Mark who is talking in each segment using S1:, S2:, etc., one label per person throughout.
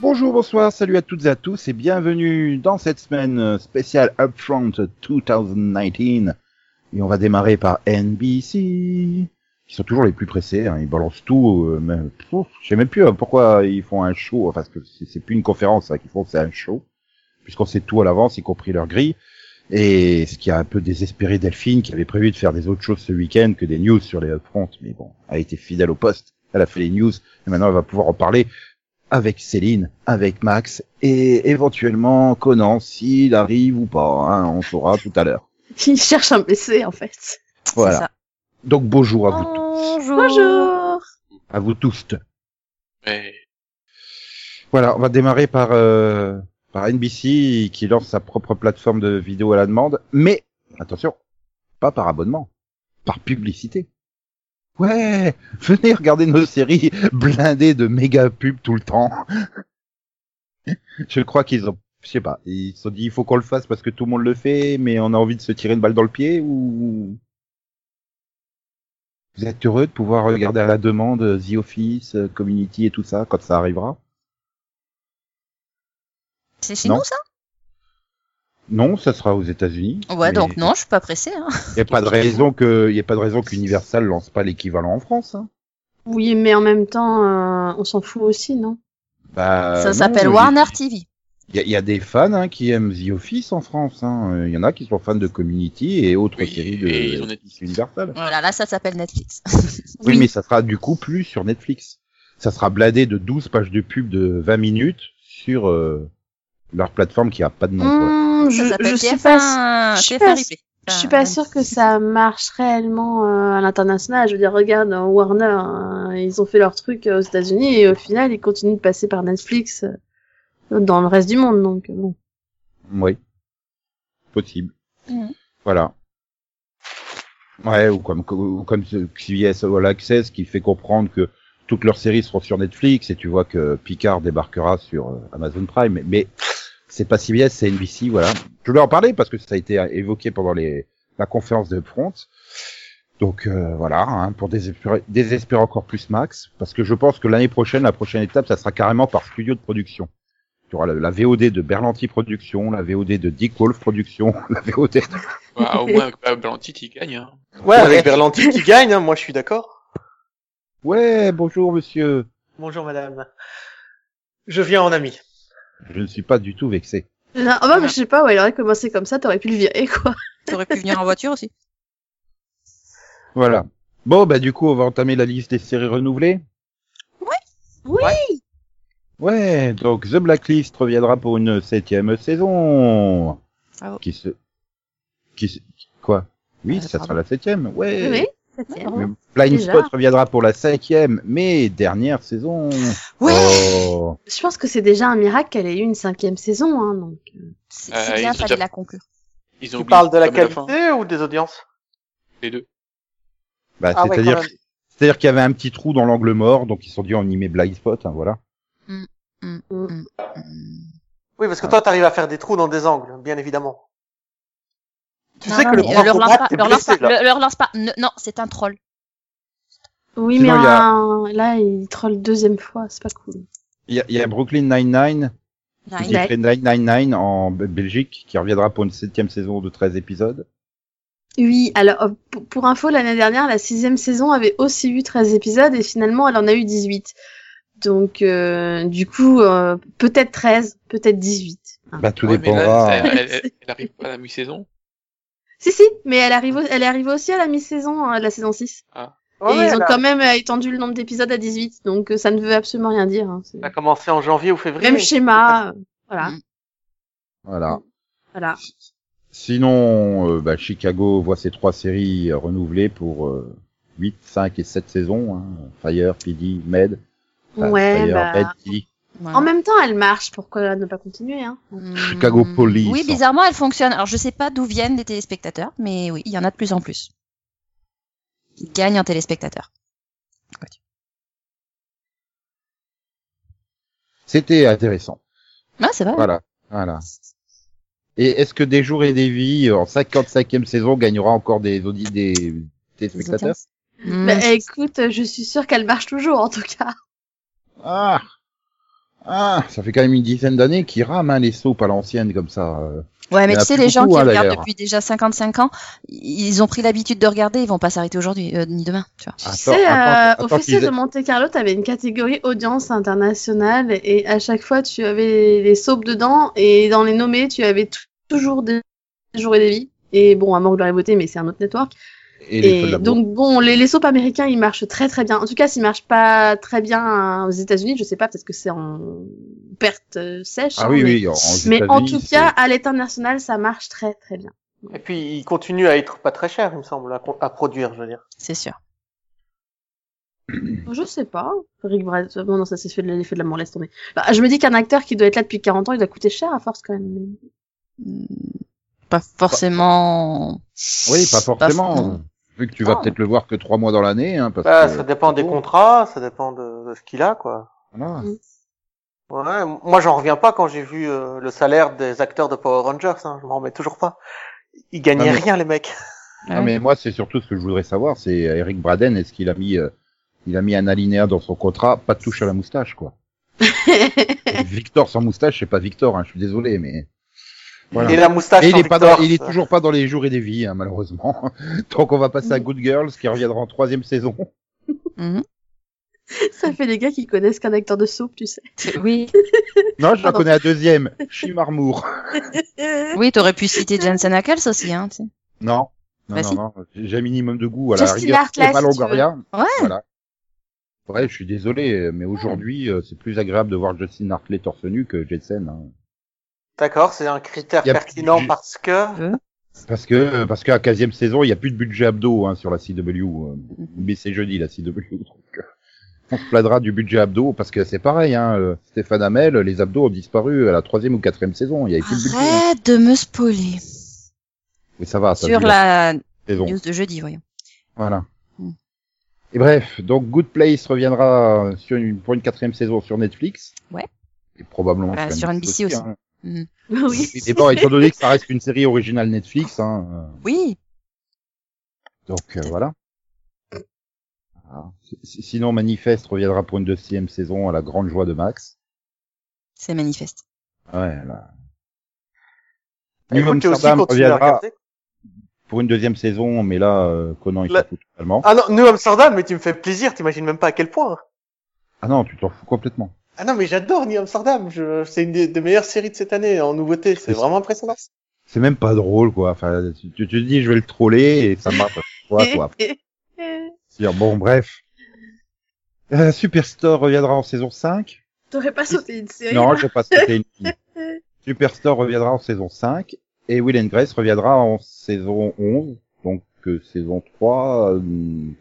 S1: Bonjour, bonsoir, salut à toutes et à tous et bienvenue dans cette semaine euh, spéciale Upfront 2019. Et on va démarrer par NBC, qui sont toujours les plus pressés, hein, ils balancent tout, euh, même, pff, je sais même plus hein, pourquoi ils font un show, enfin, parce que c'est c'est plus une conférence hein, qu'ils font, c'est un show, puisqu'on sait tout à l'avance, y compris leur grille. Et ce qui a un peu désespéré Delphine, qui avait prévu de faire des autres choses ce week-end que des news sur les Upfront, mais bon, a été fidèle au poste, elle a fait les news, et maintenant elle va pouvoir en parler avec Céline, avec Max et éventuellement Conan s'il arrive ou pas. hein, on saura tout à l'heure.
S2: Il cherche un PC en fait.
S1: Voilà.
S2: ça.
S1: Donc bonjour à vous,
S3: Bonjour.
S2: Bonjour.
S1: à vous tous.
S4: Mais
S1: Voilà, on va démarrer par euh, par NBC qui lance sa propre plateforme de vidéo à la demande, mais attention, pas par abonnement, par publicité. Ouais, venez regarder nos séries blindées de méga pubs tout le temps. Je crois qu'ils ont, je sais pas, ils se sont dit il faut qu'on le fasse parce que tout le monde le fait, mais on a envie de se tirer une balle dans le pied ou. Vous êtes heureux de pouvoir regarder à la demande euh, The Office, Community et tout ça quand ça arrivera
S3: C'est chez
S1: Non.
S3: nous ça
S1: Non, ça sera aux États-Unis.
S3: Ouais,
S1: Mais
S3: donc non, je suis pas pressée. Hein.
S1: Il n'y a pas de raison que, il y a pas de raison qu'Universal lance pas l'équivalent en France. Hein.
S2: Oui, mais en même temps, euh, on s'en fout aussi, non
S1: Bah,
S3: ça
S1: non,
S3: s'appelle
S1: il-
S3: Warner TV.
S1: Il y, a- il y a des fans hein, qui aiment The Office en France. hein. Euh, Il y en a qui sont fans de Community et autres
S4: Oui,
S1: séries de
S4: et ils ont des-
S1: Universal.
S3: Voilà, là ça s'appelle Netflix.
S1: Oui. mais ça sera du coup plus sur Netflix. Ça sera bladé de 12 pages de pub de 20 minutes sur euh, leur plateforme qui a pas de nom. quoi.
S2: Mmh, je,
S3: ça
S2: je
S3: s'appelle
S2: suis
S3: TF1,
S2: pas, je suis
S3: TF1
S2: pas-
S3: Replay.
S2: je suis pas
S3: Enfin,
S2: sûre que ça marche réellement euh, à l'international. Je veux dire, regarde euh, Warner, euh, ils ont fait leur truc euh, aux États-Unis et au final, ils continuent de passer par Netflix euh, dans le reste du monde, donc euh, bon.
S1: Oui. Possible.
S3: Mhm.
S1: Voilà. Ouais, ou comme, ou comme ce CBS All Access qui fait comprendre que toutes leurs séries seront sur Netflix et tu vois que Picard débarquera sur euh, Amazon Prime. Mais, mais c'est pas CBS, c'est NBC, voilà. Je voulais en parler parce que ça a été euh, évoqué pendant les, la conférence de Front. Donc euh, voilà, hein, pour désespérer, désespérer encore plus Max, parce que je pense que l'année prochaine, la prochaine étape, ça sera carrément par studio de production. Tu auras la, la VOD de Berlanti Productions, la VOD de Dick Wolf Productions, la VOD de...
S4: bah, au moins, avec Blantit, il gagne. Hein.
S5: Ouais, avec Berlanti qui gagne, hein, moi je suis d'accord.
S1: Ouais, bonjour monsieur.
S5: Bonjour madame. Je viens en ami.
S1: Je ne suis pas du tout vexé.
S2: Non, ah bah, je sais pas, ouais, il aurait commencé comme ça, t'aurais pu le virer, quoi.
S3: T'aurais pu venir en voiture aussi.
S1: Voilà. Bon, bah du coup, on va entamer la liste des séries renouvelées.
S2: Oui.
S1: Ouais, donc The Blacklist reviendra pour une septième saison.
S3: Bravo.
S1: Qui se... Qui se... Quoi Oui,
S3: Ah,
S1: ça sera
S3: pardon.
S1: la septième, ouais.
S2: Oui,
S1: Mais Blind
S2: Déjà.
S1: Spot reviendra pour la cinquième, mais dernière saison.
S3: Ouais.
S1: Oh.
S2: Je pense que c'est déjà un miracle qu'elle ait eu une cinquième saison, hein, donc.
S3: C'est
S4: Euh,
S3: c'est
S4: ils
S3: bien,
S4: ont
S3: fallait
S4: déjà-
S3: la conclure.
S4: Ils
S5: Tu
S4: oublié
S5: parles de la
S4: comme à fin,
S5: qualité ou des audiences
S4: les deux.
S1: Bah,
S5: Ah ouais,
S1: c'est-à-dire,
S5: quand même.
S1: c'est-à-dire qu'il y avait un petit trou dans l'angle mort, donc ils se sont dit on y met Blind Spot, hein, voilà.
S3: Mm.
S5: Oui, parce que toi t'arrives à faire des trous dans des angles, bien évidemment. Tu
S3: Non,
S5: sais
S3: non,
S5: que le
S3: mais, euh, leur lance
S5: Branco-Bat
S3: pas,
S5: t'es
S3: leur lance
S5: blessé
S3: pas,
S5: là.
S3: le- leur lance pas. Ne- Non, c'est un troll.
S2: Oui,
S1: Sinon,
S2: mais
S1: il y a-
S2: un- là, il troll deuxième fois, c'est pas cool.
S1: Il y a, il y a Brooklyn Nine-Nine,
S3: Non,
S1: qui
S3: il-
S2: Nine-Nine.
S1: fait 999 en Be- Belgique, qui reviendra pour une septième saison de 13 épisodes.
S2: Oui, alors, euh, pour- pour info, l'année dernière, la sixième saison avait aussi eu 13 épisodes et finalement, elle en a eu 18. Donc, euh, du coup, euh, peut-être 13, peut-être 18. Ah.
S1: Bah, tout
S4: Ouais, mais là,
S1: dépendra.
S4: ça- elle, elle- elle arrive pas à la mi-saison.
S2: Si, si, mais elle arrive, au- elle arrive aussi à la mi-saison, hein, de la saison 6.
S5: Ouais,
S2: et
S5: ouais,
S2: ils ont
S5: là,
S2: quand même euh, étendu le nombre d'épisodes à 18, donc euh, ça ne veut absolument rien dire. hein, c'est-
S5: On a commencé en janvier ou février.
S2: Même schéma, euh, voilà,
S3: Mm.
S1: Voilà.
S2: voilà.
S1: Sinon, euh, bah, Chicago voit ses trois séries euh, renouvelées pour euh, 8, 5 et 7 saisons. Hein. Fire, PD, Med. Enfin,
S2: ouais,
S1: Fire,
S2: bah...
S1: Med, PD.
S3: Ouais.
S2: En même temps, elle marche, pourquoi ne pas continuer hein
S1: Chicago
S3: Mm.
S1: Police.
S3: Oui, bizarrement, elle fonctionne. Alors, je sais pas d'où viennent les téléspectateurs, mais oui, il y en a de plus en plus. Ils gagnent en téléspectateurs.
S1: C'était intéressant.
S3: Ah, c'est vrai.
S1: Voilà. Voilà. Et est-ce que Des Jours et des Vies, en 55e saison, gagnera encore des audits des, des
S3: Les
S1: spectateurs
S3: audiences. Mm.
S2: Bah, écoute, je suis sûre qu'elle marche toujours en tout cas.
S1: Ah Ah, ça fait quand même une dizaine d'années qu'ils rament hein, les soaps à l'ancienne comme ça. euh.
S3: Ouais,
S1: Il y
S3: mais
S1: en a
S3: tu sais,
S1: plus
S3: les gens
S1: beaucoup,
S3: qui
S1: hein,
S3: regardent
S1: d'ailleurs.
S3: depuis déjà 55 ans, ils ont pris l'habitude de regarder, ils vont pas s'arrêter aujourd'hui, euh, ni demain, tu vois.
S1: Attends,
S2: Tu sais, euh,
S1: attends,
S2: au
S1: attends
S2: Festival
S1: qu'ils
S2: de
S1: aient-
S2: Monte Carlo, t'avais une catégorie audience internationale et à chaque fois, tu avais les soaps dedans et dans les nommés, tu avais tou- toujours des jours et des vies. Et bon, à manque de la beauté, mais c'est un autre network.
S1: Et les feux de
S2: Et
S1: l'amour.
S2: donc bon, les, les soaps américains, ils marchent très très bien. En tout cas, s'ils marchent pas très bien hein, aux États-Unis, je sais pas, peut-être que c'est en perte euh, sèche.
S1: Ah
S2: hein,
S1: oui,
S2: mais...
S1: oui. en- aux
S2: mais en
S1: États-Unis,
S2: tout
S1: c'est-
S2: cas, à l'international, ça marche très très bien.
S5: Et puis, il continue à être pas très cher, il me semble, à, con- à produire, je veux dire.
S3: C'est sûr.
S2: Je sais pas. Rick Brad... Bon, non, ça c'est fait de l'effet de la mort, laisse tomber. Bah, je me dis qu'un acteur qui doit être là depuis 40 ans, il doit coûter cher à force quand même.
S3: Hmm, Pas forcément.
S1: Oui, pas forcément.
S3: forcément.
S1: Vu que tu vas
S2: Ah.
S3: Oh.
S1: peut-être le voir que trois mois dans l'année, hein, parce
S5: Bah,
S1: que.
S5: ça dépend des
S1: bon.
S5: contrats, ça dépend de, de ce qu'il a, quoi.
S1: Voilà.
S5: Ouais, moi, j'en reviens pas quand j'ai vu euh, le salaire des acteurs de Power Rangers, hein, je m'en remets toujours pas. Ils gagnaient
S1: Ah, mais-
S5: rien, les mecs.
S1: Non, Ah, mais moi, c'est surtout ce que je voudrais savoir, c'est euh, Eric Braden, est-ce qu'il a mis, euh, il a mis un alinéa dans son contrat, pas de touche à la moustache, quoi. Victor sans moustache, c'est pas Victor, hein, je suis désolé, mais. Voilà.
S5: Et la moustache
S1: Et il
S5: sans
S1: est, pas
S5: Victor, euh,
S1: dans- il est
S5: ça.
S1: toujours pas dans les jours et des vies, hein, malheureusement. Donc on va passer à Good Girls, qui reviendra en troisième saison.
S3: Mhm.
S2: ça fait des gars qui connaissent qu'un acteur de soupe, tu sais.
S3: Oui,
S1: Non, je la
S2: Pardon.
S1: connais à deuxième, Chimarmour.
S2: Euh.
S3: oui, t'aurais pu citer Jensen Ackles aussi, hein. tu sais.
S1: Non, non,
S3: Bah
S1: non,
S3: si.
S1: non, j'ai un minimum de goût. À la
S2: Justin
S1: rigueur,
S2: Hartless,
S1: Emma
S2: si tu veux.
S1: Longoria,
S3: Ouais.
S1: Voilà. Ouais, je suis désolé, mais aujourd'hui, euh, c'est plus agréable de voir Justin Hartley torse nu que Jetsen. hein.
S5: D'accord, c'est un critère
S1: Y a-
S5: pertinent
S1: je-
S5: parce que.
S1: Parce que parce qu'à 15e saison, il n'y a plus de budget abdo hein, sur la CW. euh,
S3: Mhm.
S1: mais c'est jeudi la CW. Donc, euh, on se plaindra du budget abdo parce que c'est pareil. Hein, euh, Stéphane Hamel, les abdos ont disparu à la troisième ou quatrième saison. Il n'y avait
S3: Ah,
S1: plus de budget.
S3: Arrête de me spoiler.
S1: Mais ça va, ça
S3: Sur la
S1: saison.
S3: news de jeudi, voyons.
S1: Voilà.
S3: Mm.
S1: Et bref, donc Good Place reviendra sur une, pour une quatrième saison sur Netflix.
S3: Ouais.
S1: Et probablement
S3: Bah, sur NBC aussi.
S1: hein.
S2: Bah oui.
S1: Et bon, étant donné que ça reste une série originale Netflix, hein, euh,
S3: Oui.
S1: donc euh, voilà. Voilà. Si- Sinon, Manifest reviendra pour une deuxième saison à la grande joie de Max.
S3: C'est manifeste.
S1: Ouais, là.
S5: Il
S1: New
S5: faut que tu bah, aussi
S1: Amsterdam
S5: continues à
S1: reviendra
S5: regarder.
S1: pour une deuxième saison, mais là, euh, Conan, il
S5: La-
S1: s'en fout totalement.
S5: Ah non, New Amsterdam, mais tu me fais plaisir, t'imagines même pas à quel point.
S1: Ah non, tu t'en fous complètement.
S5: Ah non, mais j'adore New Amsterdam, je... c'est une des, des meilleures séries de cette année en nouveauté, c'est
S1: Oui.
S5: vraiment impressionnant.
S1: C'est même pas drôle, quoi. Enfin, tu, tu te dis, je vais le troller, et ça marche. Quoi, quoi. Dire, Bon, bref. Euh, Superstore reviendra en saison 5.
S2: T'aurais pas sauté une série.
S1: Non,
S2: là.
S1: je passe côté une fille. Superstore reviendra en saison 5 et Will and Grace reviendra en saison 11, donc euh, saison 3, euh,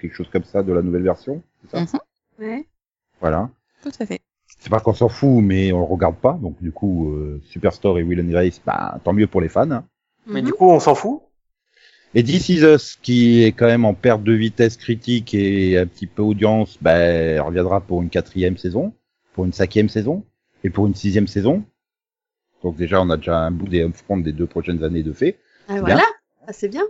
S1: quelque chose comme ça de la nouvelle version. c'est ça
S3: Mhm,
S2: Ouais.
S1: Voilà.
S3: Tout à fait.
S1: C'est pas qu'on s'en fout, mais on le regarde pas, donc du coup, euh, Superstore et Will and Grace, bah, tant mieux pour les fans. hein.
S5: Mais
S2: Mhm.
S5: du coup, on s'en fout.
S1: Et This Is Us, qui est quand même en perte de vitesse critique et un petit peu audience, ben, reviendra pour une quatrième saison, pour une cinquième saison, et pour une sixième saison. Donc déjà, on a déjà un bout des upfront des deux prochaines années de fait.
S2: Ah, voilà. Ah, c'est bien.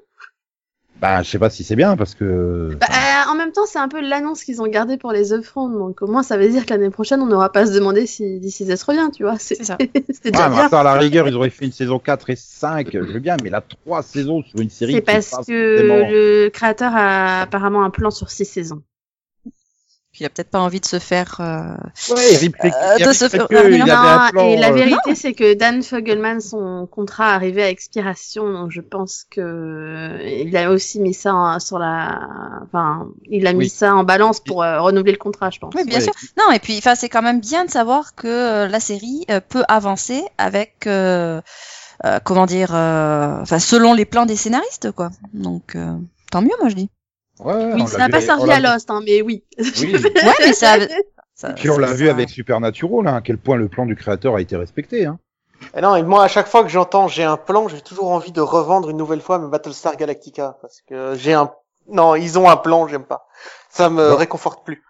S1: Ben, je sais pas si c'est bien, parce que...
S2: Bah, euh, en même temps, c'est un peu l'annonce qu'ils ont gardée pour les upfronts, donc au moins ça veut dire que l'année prochaine, on n'aura pas à se demander si d'ici se revient, tu vois. C'est
S3: C'est ça.
S2: c'est
S1: Ah,
S2: déjà
S1: mais
S2: bien.
S1: attends, à la rigueur, ils auraient fait une saison 4 et 5, je veux bien, mais la 3 saisons sur une série...
S2: C'est
S1: qui
S2: parce
S1: passe
S2: que
S1: forcément-
S2: le créateur a apparemment un plan sur six saisons.
S3: Puis il a peut-être pas envie de se faire. euh,
S1: Ouais, Eric Fleck-
S3: Euh, de
S1: Eric
S3: ce-
S1: Fleck,
S3: euh,
S1: il avait un plan,
S2: et la
S1: euh,
S2: vérité, c'est que Dan Fogelman, son contrat arrivait à expiration, donc je pense que euh, il a aussi mis ça en- sur la, enfin, il a mis
S1: Oui.
S2: ça en balance pour euh, renouveler le contrat, je pense.
S3: Oui, bien
S1: Ouais.
S3: sûr. Non, et puis enfin, c'est quand même bien de savoir que euh, la série euh, peut avancer avec, euh, euh, comment dire, euh, enfin selon les plans des scénaristes, quoi. Donc euh, tant mieux, moi je dis.
S1: ouais, ouais,
S2: Oui,
S1: on
S2: ça
S1: l'a
S2: n'a pas
S1: vu-
S2: servi
S1: on
S2: à
S1: l'a-
S2: Lost, hein, mais oui.
S1: Oui.
S3: Ouais, mais ça. ça-
S1: Puis on
S3: ça-
S1: l'a vu
S3: ça-
S1: avec Supernatural, hein, à quel point le plan du créateur a été respecté. Hein.
S5: Et non, et moi, à chaque fois que j'entends j'ai un plan, j'ai toujours envie de revendre une nouvelle fois mes Battlestar Galactica, parce que j'ai un... Non, ils ont un plan, j'aime pas. Ça me
S1: Ouais.
S5: réconforte plus.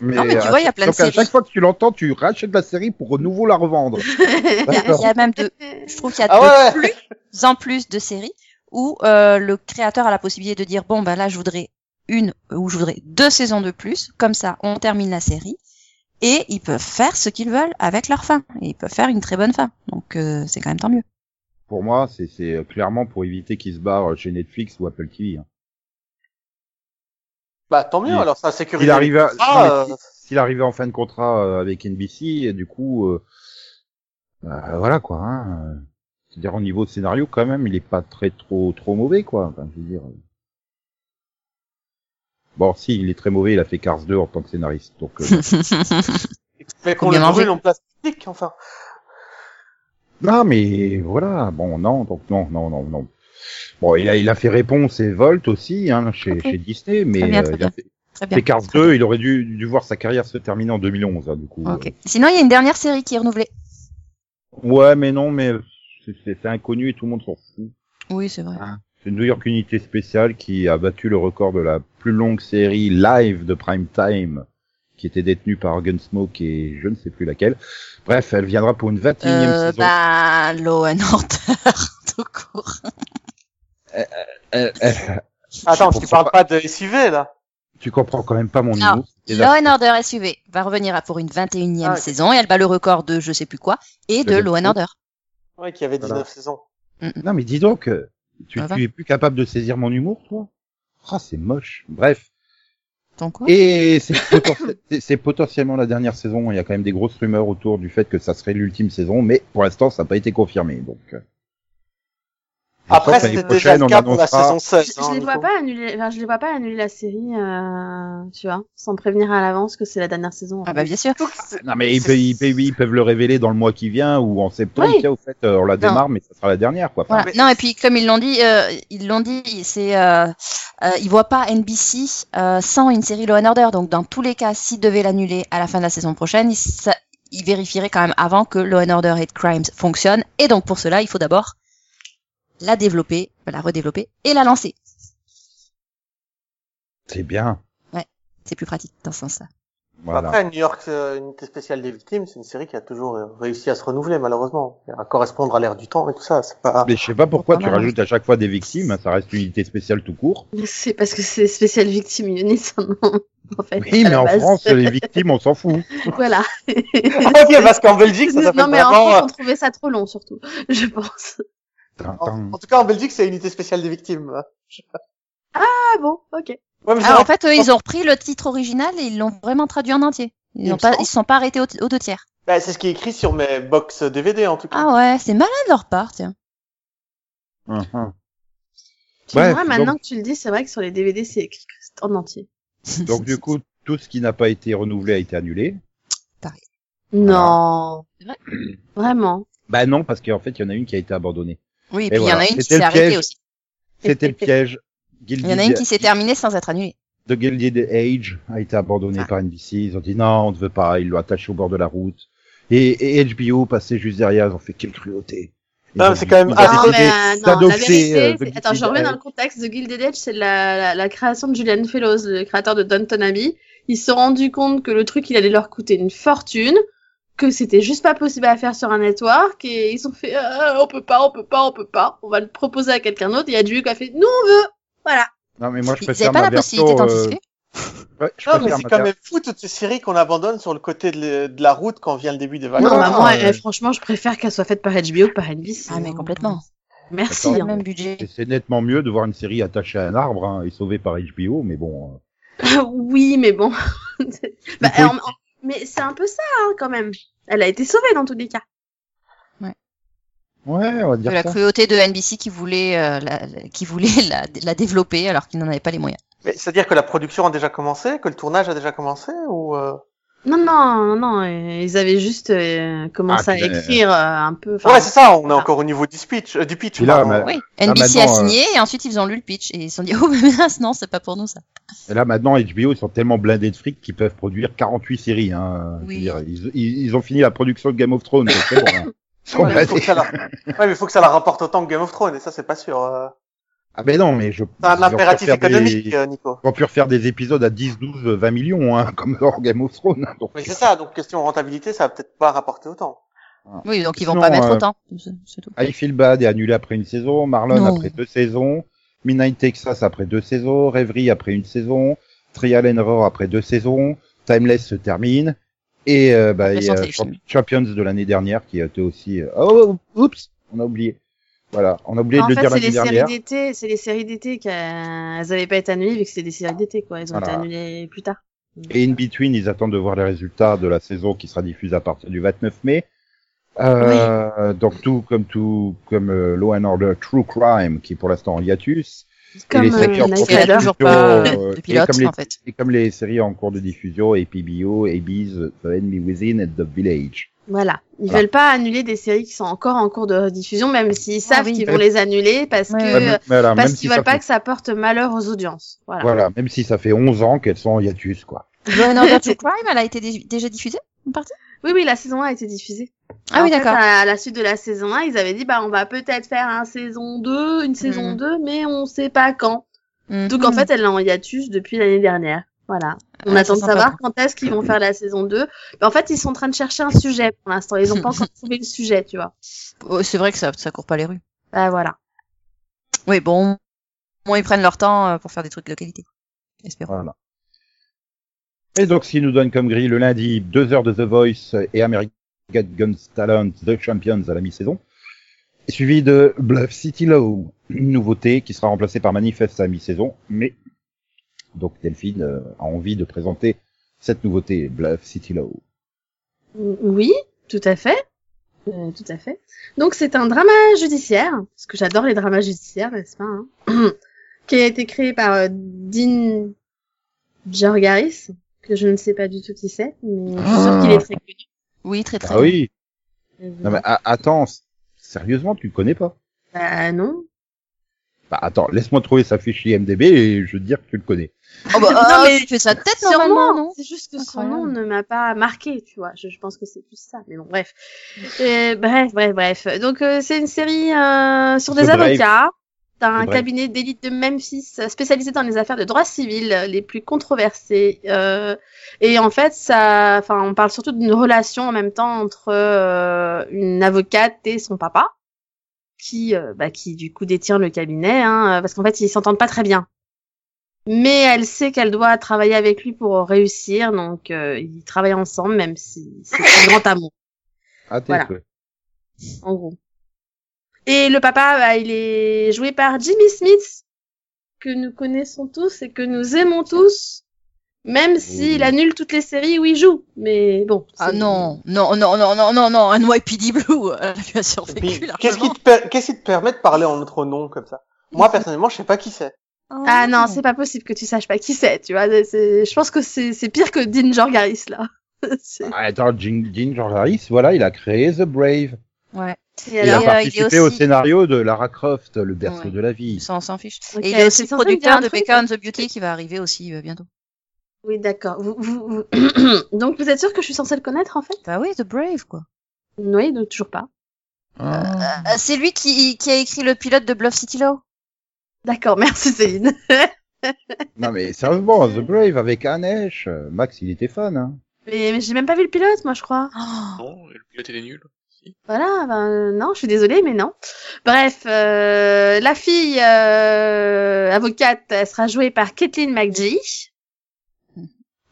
S1: Mais,
S3: Non, mais tu
S1: à
S3: vois, il y
S1: chaque-
S3: a plein de
S1: donc à
S3: séries.
S1: chaque fois que tu l'entends, tu rachètes la série pour de nouveau la revendre.
S3: Il y
S1: D'accord.
S3: a même de.
S2: Euh,
S3: Je trouve qu'il y a
S5: Ah
S3: de
S5: ouais, ouais.
S3: plus en plus de séries où euh, le créateur a la possibilité de dire bon ben bah là je voudrais une ou je voudrais deux saisons de plus, comme ça on termine la série et ils peuvent faire ce qu'ils veulent avec leur fin. Et ils peuvent faire une très bonne fin. Donc euh, c'est quand même tant mieux.
S1: Pour moi, c'est- c'est euh, clairement pour éviter qu'ils se barrent chez Netflix ou Apple TV. hein.
S5: Bah tant mieux,
S1: Il-
S5: alors ça sécurise.
S1: S'il arrivait, à-
S5: Ah,
S1: non, mais
S5: euh,
S1: si- s'il arrivait en fin de contrat euh, avec NBC, et du coup, euh, euh, voilà quoi. hein, euh, C'est-à-dire au niveau scénario, quand même, il est pas très trop trop mauvais quoi. Enfin, je veux dire. euh. Bon, si il est très mauvais, il a fait Cars 2 en tant que scénariste. Donc, euh,
S5: Mais qu'on
S3: Combien
S5: le
S3: manger
S5: brûle en plastique, enfin.
S1: non, mais voilà. Bon, non, donc non, non, non, non. Bon, il a il a fait Réponse et Volt aussi hein, chez
S3: Ok.
S1: chez Disney, mais
S3: bien,
S1: euh,
S3: très
S1: il a
S3: bien.
S1: fait-
S3: Très bien.
S1: fait Cars 2, il aurait dû dû voir sa carrière se terminer en 2011. hein, du coup. euh.
S3: Ok. Sinon, il y a une dernière série qui est renouvelée.
S1: Ouais, mais non, mais c'est- c'est c'est inconnu et tout le monde s'en fout.
S3: Oui, c'est vrai.
S1: C'est une New York unité spéciale qui a battu le record de la plus longue série live de prime time, qui était détenue par Gunsmoke et je ne sais plus laquelle. Bref, elle viendra pour Ah, une 21e
S3: Euh,
S1: saison.
S3: bah, Law and Order, tout court.
S1: Euh, euh,
S5: Attends,
S1: Je
S5: tu
S1: comprends
S5: parles pas de SUV là
S1: tu comprends quand même pas mon
S3: Non.
S1: niveau. c'est
S3: Law
S1: désastreux.
S3: and Order SUV va revenir à pour une 21e
S5: Ah, ok.
S3: saison et elle bat le record de je sais plus quoi et de
S1: De
S3: Law and Order.
S5: Ouais, qui avait 19
S1: Voilà.
S5: saisons.
S1: Non, mais dis donc, euh, tu,
S3: Ah bah.
S1: tu es plus capable de saisir mon humour, toi Ah, c'est moche. Bref.
S3: Donc quoi
S1: Et c'est poten- c'est- c'est potentiellement la dernière saison. Il y a quand même des grosses rumeurs autour du fait que ça serait l'ultime saison, mais pour l'instant, ça n'a pas été confirmé. Donc, euh, je
S5: Après,
S1: pense que
S5: c'était
S1: l'année
S5: déjà le
S1: prochaine,
S5: cas
S1: on
S5: pour la
S1: annoncera-
S5: saison
S2: Je,
S5: 16. hein,
S2: je les vois
S5: Nico.
S2: pas annuler, enfin, je les vois pas annuler la série, euh, tu vois, sans prévenir à l'avance que c'est la dernière saison. en
S3: Ah
S2: fait.
S3: bah bien sûr.
S5: Surtout que c'est-
S1: Non, mais ils,
S5: C'est-
S1: peuvent- ils peuvent- ils peuvent le révéler dans le mois qui vient ou en septembre.
S2: Oui.
S1: Tiens, au fait, euh, on la
S3: Non.
S1: démarre, mais ça sera la dernière, quoi. Enfin,
S3: Voilà.
S5: mais-
S3: Non et puis comme ils l'ont dit, euh, ils l'ont dit, c'est euh, euh, ils voient pas NBC euh, sans une série Law and Order. Donc dans tous les cas, s'ils devaient l'annuler à la fin de la saison prochaine, ils, sa- ils vérifieraient quand même avant que Law and Order Hate Crimes fonctionne. Et donc pour cela, il faut d'abord la développer, la redévelopper et la lancer.
S1: C'est bien.
S3: C'est plus pratique dans ce sens-là.
S1: Voilà.
S5: Après, New York, euh, unité spéciale des victimes, c'est une série qui a toujours euh, réussi à se renouveler, malheureusement. À correspondre à l'ère du temps et tout ça. C'est pas.
S1: Mais je sais pas pourquoi
S3: Pas
S1: tu
S3: mal.
S1: rajoutes à chaque fois des victimes. hein, Ça reste une unité spéciale tout court.
S2: C'est parce que c'est spécial victime unioniste, en
S5: Bah,
S2: fait.
S1: Oui,
S2: à
S1: mais
S2: la
S1: en
S2: base.
S1: France, les victimes, on s'en fout.
S2: Voilà.
S5: ok, parce qu'en Belgique, ça s'appelle
S2: non, mais en
S5: vraiment.
S2: France,
S5: euh,
S2: on trouvait ça trop long, surtout, je pense.
S3: Oh.
S5: En, en tout cas, en Belgique, c'est unité spéciale des victimes. hein.
S2: Ah bon, ok.
S5: Ouais, mais
S3: Ah,
S5: c'est
S3: en fait, eux, ils ont repris le titre original et ils l'ont vraiment traduit en entier. Ils
S5: Il
S3: ne
S5: me
S3: pas,
S5: semble.
S3: ils se sont pas arrêtés aux aux deux tiers.
S5: Bah, c'est ce qui est écrit sur mes box DVD en tout cas.
S3: Ah ouais, c'est malin de leur part, tiens.
S1: Hum,
S5: Uh-huh.
S1: hum.
S2: Tu me
S1: Bref,
S2: diras,
S1: donc-
S2: maintenant que tu le dis, c'est vrai que sur les DVD, c'est écrit que c'est en entier.
S1: Donc du coup, tout ce qui n'a pas été renouvelé a été annulé.
S2: Non.
S3: C'est vrai
S2: Vraiment.
S1: Bah non, parce qu'en fait, il y en a une qui a été abandonnée.
S3: Oui, et puis il
S1: voilà.
S3: y en a une qui
S1: C'était
S3: s'est
S1: le
S3: arrêtée
S1: piège.
S3: aussi.
S1: C'était le piège.
S3: Il y en a une qui s'est terminée sans être annulée.
S1: The Gilded Age a été abandonné
S3: Ah.
S1: par NBC. Ils ont dit non, on ne veut pas. Ils l'ont attaché au bord de la route. Et, et HBO passait juste derrière. Ils ont fait quelle cruauté. Ils
S5: Ah,
S1: ont
S5: c'est
S1: dit,
S5: quand même
S1: ils ont
S5: assez-
S2: Non,
S1: décidé
S2: mais,
S3: Ah,
S2: euh, non, la
S1: d'adopter, euh,
S2: vérité,
S1: The
S2: c'est-
S1: Gilded
S2: attends, je remets dans
S1: Age.
S2: le contexte. The Gilded Edge, c'est la, la, la création de Julian Fellows, le créateur de Downton Abbey. Ils se sont rendus compte que le truc, il allait leur coûter une fortune, que c'était juste pas possible à faire sur un network, et ils ont fait, euh, on peut pas, on peut pas, on peut pas, on va le proposer à quelqu'un d'autre, et il y a Dewey qui a fait, nous on veut! Voilà.
S1: Non, mais moi je
S3: Ils n'avaient
S1: préfère
S3: pas
S1: ma
S3: la possibilité
S1: version. euh,
S3: d'anticiper.
S1: ouais, je
S5: Non, mais
S1: préfère
S5: c'est
S1: ma
S5: quand
S1: ver-
S5: même fou toutes ces séries qu'on abandonne sur le côté de, le- de la route quand vient le début des vacances.
S2: non, bah, moi,
S1: euh,
S2: eh, franchement, je préfère qu'elle soit faite par HBO que par NBC.
S3: Ah, mais complètement.
S2: Merci.
S1: Attends.
S3: C'est
S2: hein.
S3: le même budget.
S1: Et C'est nettement mieux de voir une série attachée à un arbre hein, et sauvée par HBO, mais bon. euh,
S2: oui, mais bon. Bah,
S1: faut-
S2: en- en- mais c'est un peu ça, hein, quand même. Elle a été sauvée dans tous les cas.
S1: Ouais, on va
S3: De
S1: dire
S3: la
S1: ça.
S3: cruauté de NBC qui voulait, euh, la, la- qui voulait la, la développer alors qu'ils n'en avaient pas les moyens.
S5: Mais c'est-à-dire que la production a déjà commencé, que le tournage a déjà commencé ou euh,
S2: Non, non, non, non. euh, Ils avaient juste euh, commencé
S1: Ah,
S2: à
S1: puis, euh,
S2: écrire euh, un peu. enfin,
S5: Ouais, c'est ça. On est
S2: ah.
S5: encore au niveau du speech, euh, du pitch.
S1: Puis là,
S5: pardon.
S1: mais-
S3: Oui,
S1: Là,
S3: NBC a
S1: maintenant, euh,
S3: signé et ensuite ils ont lu le pitch et ils se sont dit oh mais mince, non c'est pas pour nous ça.
S1: Et là maintenant, HBO, ils sont tellement blindés de fric qu'ils peuvent produire 48 séries. Hein.
S3: Oui.
S1: Je veux dire, ils, ils- ils ont fini la production de Game of Thrones. donc c'est bon, hein. Ils sont
S5: Ouais, mais faut
S1: blindés.
S5: que ça la- ouais, mais faut que ça la rapporte autant que Game of Thrones et ça c'est pas sûr. euh.
S1: Ah ben non, mais je.
S5: C'est un
S1: ils ont pu
S5: impératif
S1: refaire des-
S5: économique, euh, Nico.
S1: Ils ont pu refaire des épisodes à 10, 12, 20 millions, hein, comme hors Game of Thrones. hein, donc.
S5: Mais c'est ça. Donc question rentabilité, ça va peut-être pas rapporter autant.
S3: Oui donc ils vont
S1: Sinon,
S3: pas mettre
S1: euh,
S3: autant. C'est- c'est tout.
S1: I Feel Bad est annulé après une saison, Marlon
S3: Non.
S1: après deux saisons, Midnight Texas après deux saisons, Reverie après une saison, Trial and Error après deux saisons, Timeless se termine, Et euh, bah,
S3: Après,
S1: il y
S3: sans
S1: a
S3: téléfilm.
S1: Champ- Champions de l'année dernière qui était aussi. euh, Oh, oups, on a oublié. Voilà, on a oublié
S2: Bah, En
S1: de le
S2: fait,
S1: dire
S2: c'est les
S1: l'année
S2: séries
S1: dernière.
S2: d'été, c'est les séries d'été qu'elles n'avaient pas été annulées vu que c'était des séries d'été quoi. Elles ont été
S1: Voilà.
S2: annulées plus tard.
S1: Et in between, ils attendent de voir les résultats de la saison qui sera diffusée à partir du 29 mai. Euh, Donc tout comme tout comme euh, Law and Order True Crime qui est pour l'instant en hiatus
S2: Comme
S1: les
S2: euh,
S1: secteurs
S2: Knife
S1: professionnels.
S3: Il n'y
S2: Rider.
S3: a toujours
S1: Yo,
S3: pas
S1: euh,
S3: de
S1: et
S3: pilote,
S1: comme les-
S3: en fait.
S1: et comme les séries en cours de diffusion HBO, ABs, The Enemy Within et The Village.
S2: Voilà. Ils
S1: Voilà.
S2: veulent pas annuler des séries qui sont encore en cours de rediffusion, même s'ils savent
S3: Ah oui.
S2: qu'ils vont les annuler parce
S3: Ouais,
S2: que
S3: ouais.
S1: Ouais, mais- voilà,
S2: Euh, parce
S1: même si
S2: qu'ils
S1: ça
S2: veulent pas
S1: fait-
S2: que ça porte malheur aux audiences. Voilà.
S1: voilà, même si ça fait 11 ans qu'elles sont en hiatus quoi.
S3: Law and Order True Crime, elle a été dé- déjà diffusée une partie
S2: Oui, oui, la saison 1 a été diffusée.
S3: Ah oui,
S2: En fait,
S3: d'accord.
S2: À la suite de la saison 1, ils avaient dit, bah, on va peut-être faire un saison 2, une saison
S3: Mhm.
S2: 2, mais on sait pas quand.
S3: Mhm.
S2: Donc, en fait, elle est en hiatus depuis l'année dernière. Voilà. On
S3: Ouais,
S2: attend de
S3: c'est sympa.
S2: savoir quand est-ce qu'ils vont faire la saison 2. Mais en fait, ils sont en train de chercher un sujet pour l'instant. Ils ont pas encore trouvé le sujet, tu vois.
S3: Oh, c'est vrai que ça, ça court pas les rues.
S2: Bah, voilà.
S3: Oui, bon, au moins ils prennent leur temps euh, pour faire des trucs de qualité. Espérons.
S1: Voilà. Et donc, s'il nous donne comme grille le lundi, 2 heures de The Voice et American Guns Talent, The Champions à la mi-saison, suivi de Bluff City Low, une nouveauté qui sera remplacée par Manifest à la mi-saison, mais donc Delphine euh, a envie de présenter cette nouveauté, Bluff City Low.
S2: Oui, tout à fait. Euh, tout à fait. Donc c'est un drama judiciaire, parce que j'adore les dramas judiciaires, n'est-ce pas hein Qui a été créé par euh, Dean Jorgaris, que je ne sais pas du tout qui c'est, mais je suis sûre qu'il est très connu.
S3: Oui, très très.
S1: Ah oui
S2: Euh,
S1: Ah. Non mais a- attends, s- sérieusement, tu le connais pas
S2: Bah non.
S1: Bah attends, laisse-moi trouver sa fiche IMDB et je vais te dire que tu le connais.
S3: Oh, bah,
S2: Non,
S3: euh,
S2: mais
S3: tu fais ça de tête normalement,
S2: Sûrement,
S3: non
S2: c'est juste que son
S3: Incroyable.
S2: nom ne m'a pas marqué, tu vois. Je, je pense que c'est plus ça, mais bon, bref. Euh, bref, bref, bref. Donc euh, c'est une série euh, sur
S1: The
S2: des
S1: Brave.
S2: avocats d'un
S1: The Brave.
S2: cabinet d'élite de Memphis euh, spécialisé dans les affaires de droit civil euh, les plus controversées. Euh, et en fait, ça, enfin, on parle surtout d'une relation en même temps entre euh, une avocate et son papa, qui, euh, bah, qui du coup détient le cabinet, hein, euh, parce qu'en fait, ils s'entendent pas très bien. Mais elle sait qu'elle doit travailler avec lui pour réussir, donc euh, ils travaillent ensemble, même si c'est un grand amour,
S1: Ah, t'es
S2: Voilà.
S1: que-
S2: en gros. Et le papa, bah, il est joué par Jimmy Smith, que nous connaissons tous et que nous aimons tous, même s'il annule toutes les séries où il joue. Mais bon.
S3: Ah
S2: c'est-
S3: non, non, non, non, non, non, non, un NYPD Blue, elle lui a
S5: Et puis,
S3: survécu
S5: qu'est-ce qui
S3: largement.
S5: te, per- qu'est-ce qui te permet de parler en notre nom comme ça Moi, personnellement, je sais pas qui c'est.
S2: Ah non, c'est pas possible que tu saches pas qui c'est, tu vois. c'est- Je pense que c'est c'est pire que Dean Jorgaris, là. C'est-
S1: Ah, Attends, Jim, Jim George Harris, voilà, il a créé The Brave.
S3: Ouais,
S2: Et
S1: Il a
S3: alors, euh,
S1: participé
S3: il est
S1: au
S3: aussi-
S1: scénario de Lara Croft, le berceau
S3: Ouais.
S1: de la vie.
S3: ça on s'en fiche.
S2: Ok,
S3: Et il est
S2: c'est
S3: aussi
S2: censé me dire un
S3: producteur de
S2: truc,
S3: Becca and the Beauty qui va arriver aussi euh, bientôt.
S2: Oui, d'accord. Vous, vous, vous- Donc, vous êtes sûr que je suis censée le connaître, en fait
S3: Bah oui, The Brave quoi.
S2: Oui, donc toujours pas.
S3: Euh, c'est lui qui, qui a écrit le pilote de Bluff City Law.
S2: D'accord, merci Céline.
S1: Non mais sérieusement, The Brave avec Anesh, euh, Max il était fan. Hein.
S2: mais mais j'ai même pas vu le pilote, moi, je crois.
S3: Oh,
S4: Non, le pilote il est nul.
S2: Voilà, ben, euh, non, je suis désolée, mais non. Bref, euh, la fille euh, avocate, elle sera jouée par Kathleen McGee.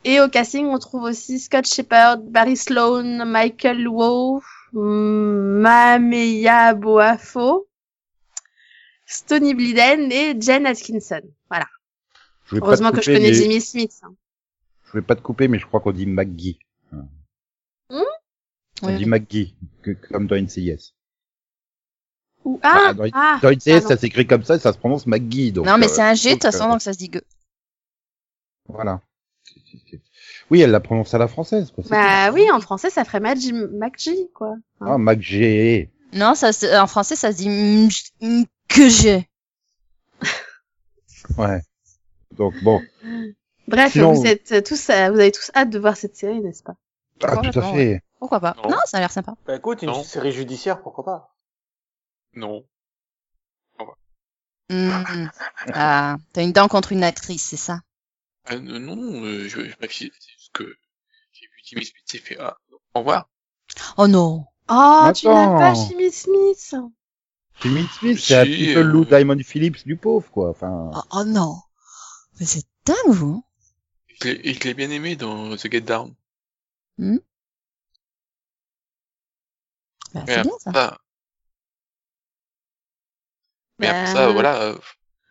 S2: Et au casting, on trouve aussi Scott Shepard, Barry Sloan, Michael Wow, Mameya Boafo, Stony Bliden et Jen Atkinson. Voilà.
S1: Je vais pas te
S2: Heureusement que je
S1: couper,
S2: connais
S1: mais-
S2: Jimmy Smith. hein.
S1: Je vais pas te couper, mais je crois qu'on dit McGee. On
S3: Ouais.
S1: dit McGee, que, comme dans NCIS.
S2: Ou ah,
S1: Bah, dans-
S2: ah,
S1: Dans NCIS,
S2: pardon.
S1: ça s'écrit comme ça, et ça se prononce McGee. Donc,
S3: non mais
S1: euh,
S3: c'est un G de toute
S1: donc,
S3: façon
S1: euh,
S3: donc ça se dit gueux.
S1: Voilà. Oui, elle la prononce à la française. Quoi. c'est
S2: bah oui, en français, ça ferait Maggie, McGee, quoi.
S1: tout. Ah, McGee.
S3: Non, ça se- en français ça se dit mj- m- que j'ai.
S1: Ouais. Donc bon, Ah,
S2: Bref,
S1: Sinon-
S2: vous êtes tous, euh, vous avez tous hâte de voir cette série, n'est-ce pas
S1: ah,
S3: Ouais,
S1: tout à
S3: non,
S1: fait.
S3: Pourquoi pas
S4: Non.
S3: Non, ça a l'air sympa.
S5: Bah écoute, une
S4: Non.
S5: série judiciaire, pourquoi pas
S4: Non.
S3: Mm. Ah, t'as une dent contre une actrice, c'est ça.
S4: Ah, euh, non, non, euh, je, je m'excuse, c'est juste que j'ai vu Jimmy Smith, j'ai fait ah, au revoir.
S3: Oh non.
S2: Oh, tu n'as
S1: Bah, Attends.
S2: pas Jimmy Smith
S1: Jimmy Smith, c'est un
S4: Si,
S1: petit peu le
S4: euh,
S1: Lou Diamond Phillips du pauvre, quoi. Enfin,
S2: Ah.
S3: Oh, oh non. Mais c'est dingue vous.
S4: Je l'ai- et je l'ai bien aimé dans The Get Down.
S3: Bah,
S4: Mais
S3: c'est bien ça.
S4: Ah. Mais après
S2: Bah,
S4: ça, voilà, euh,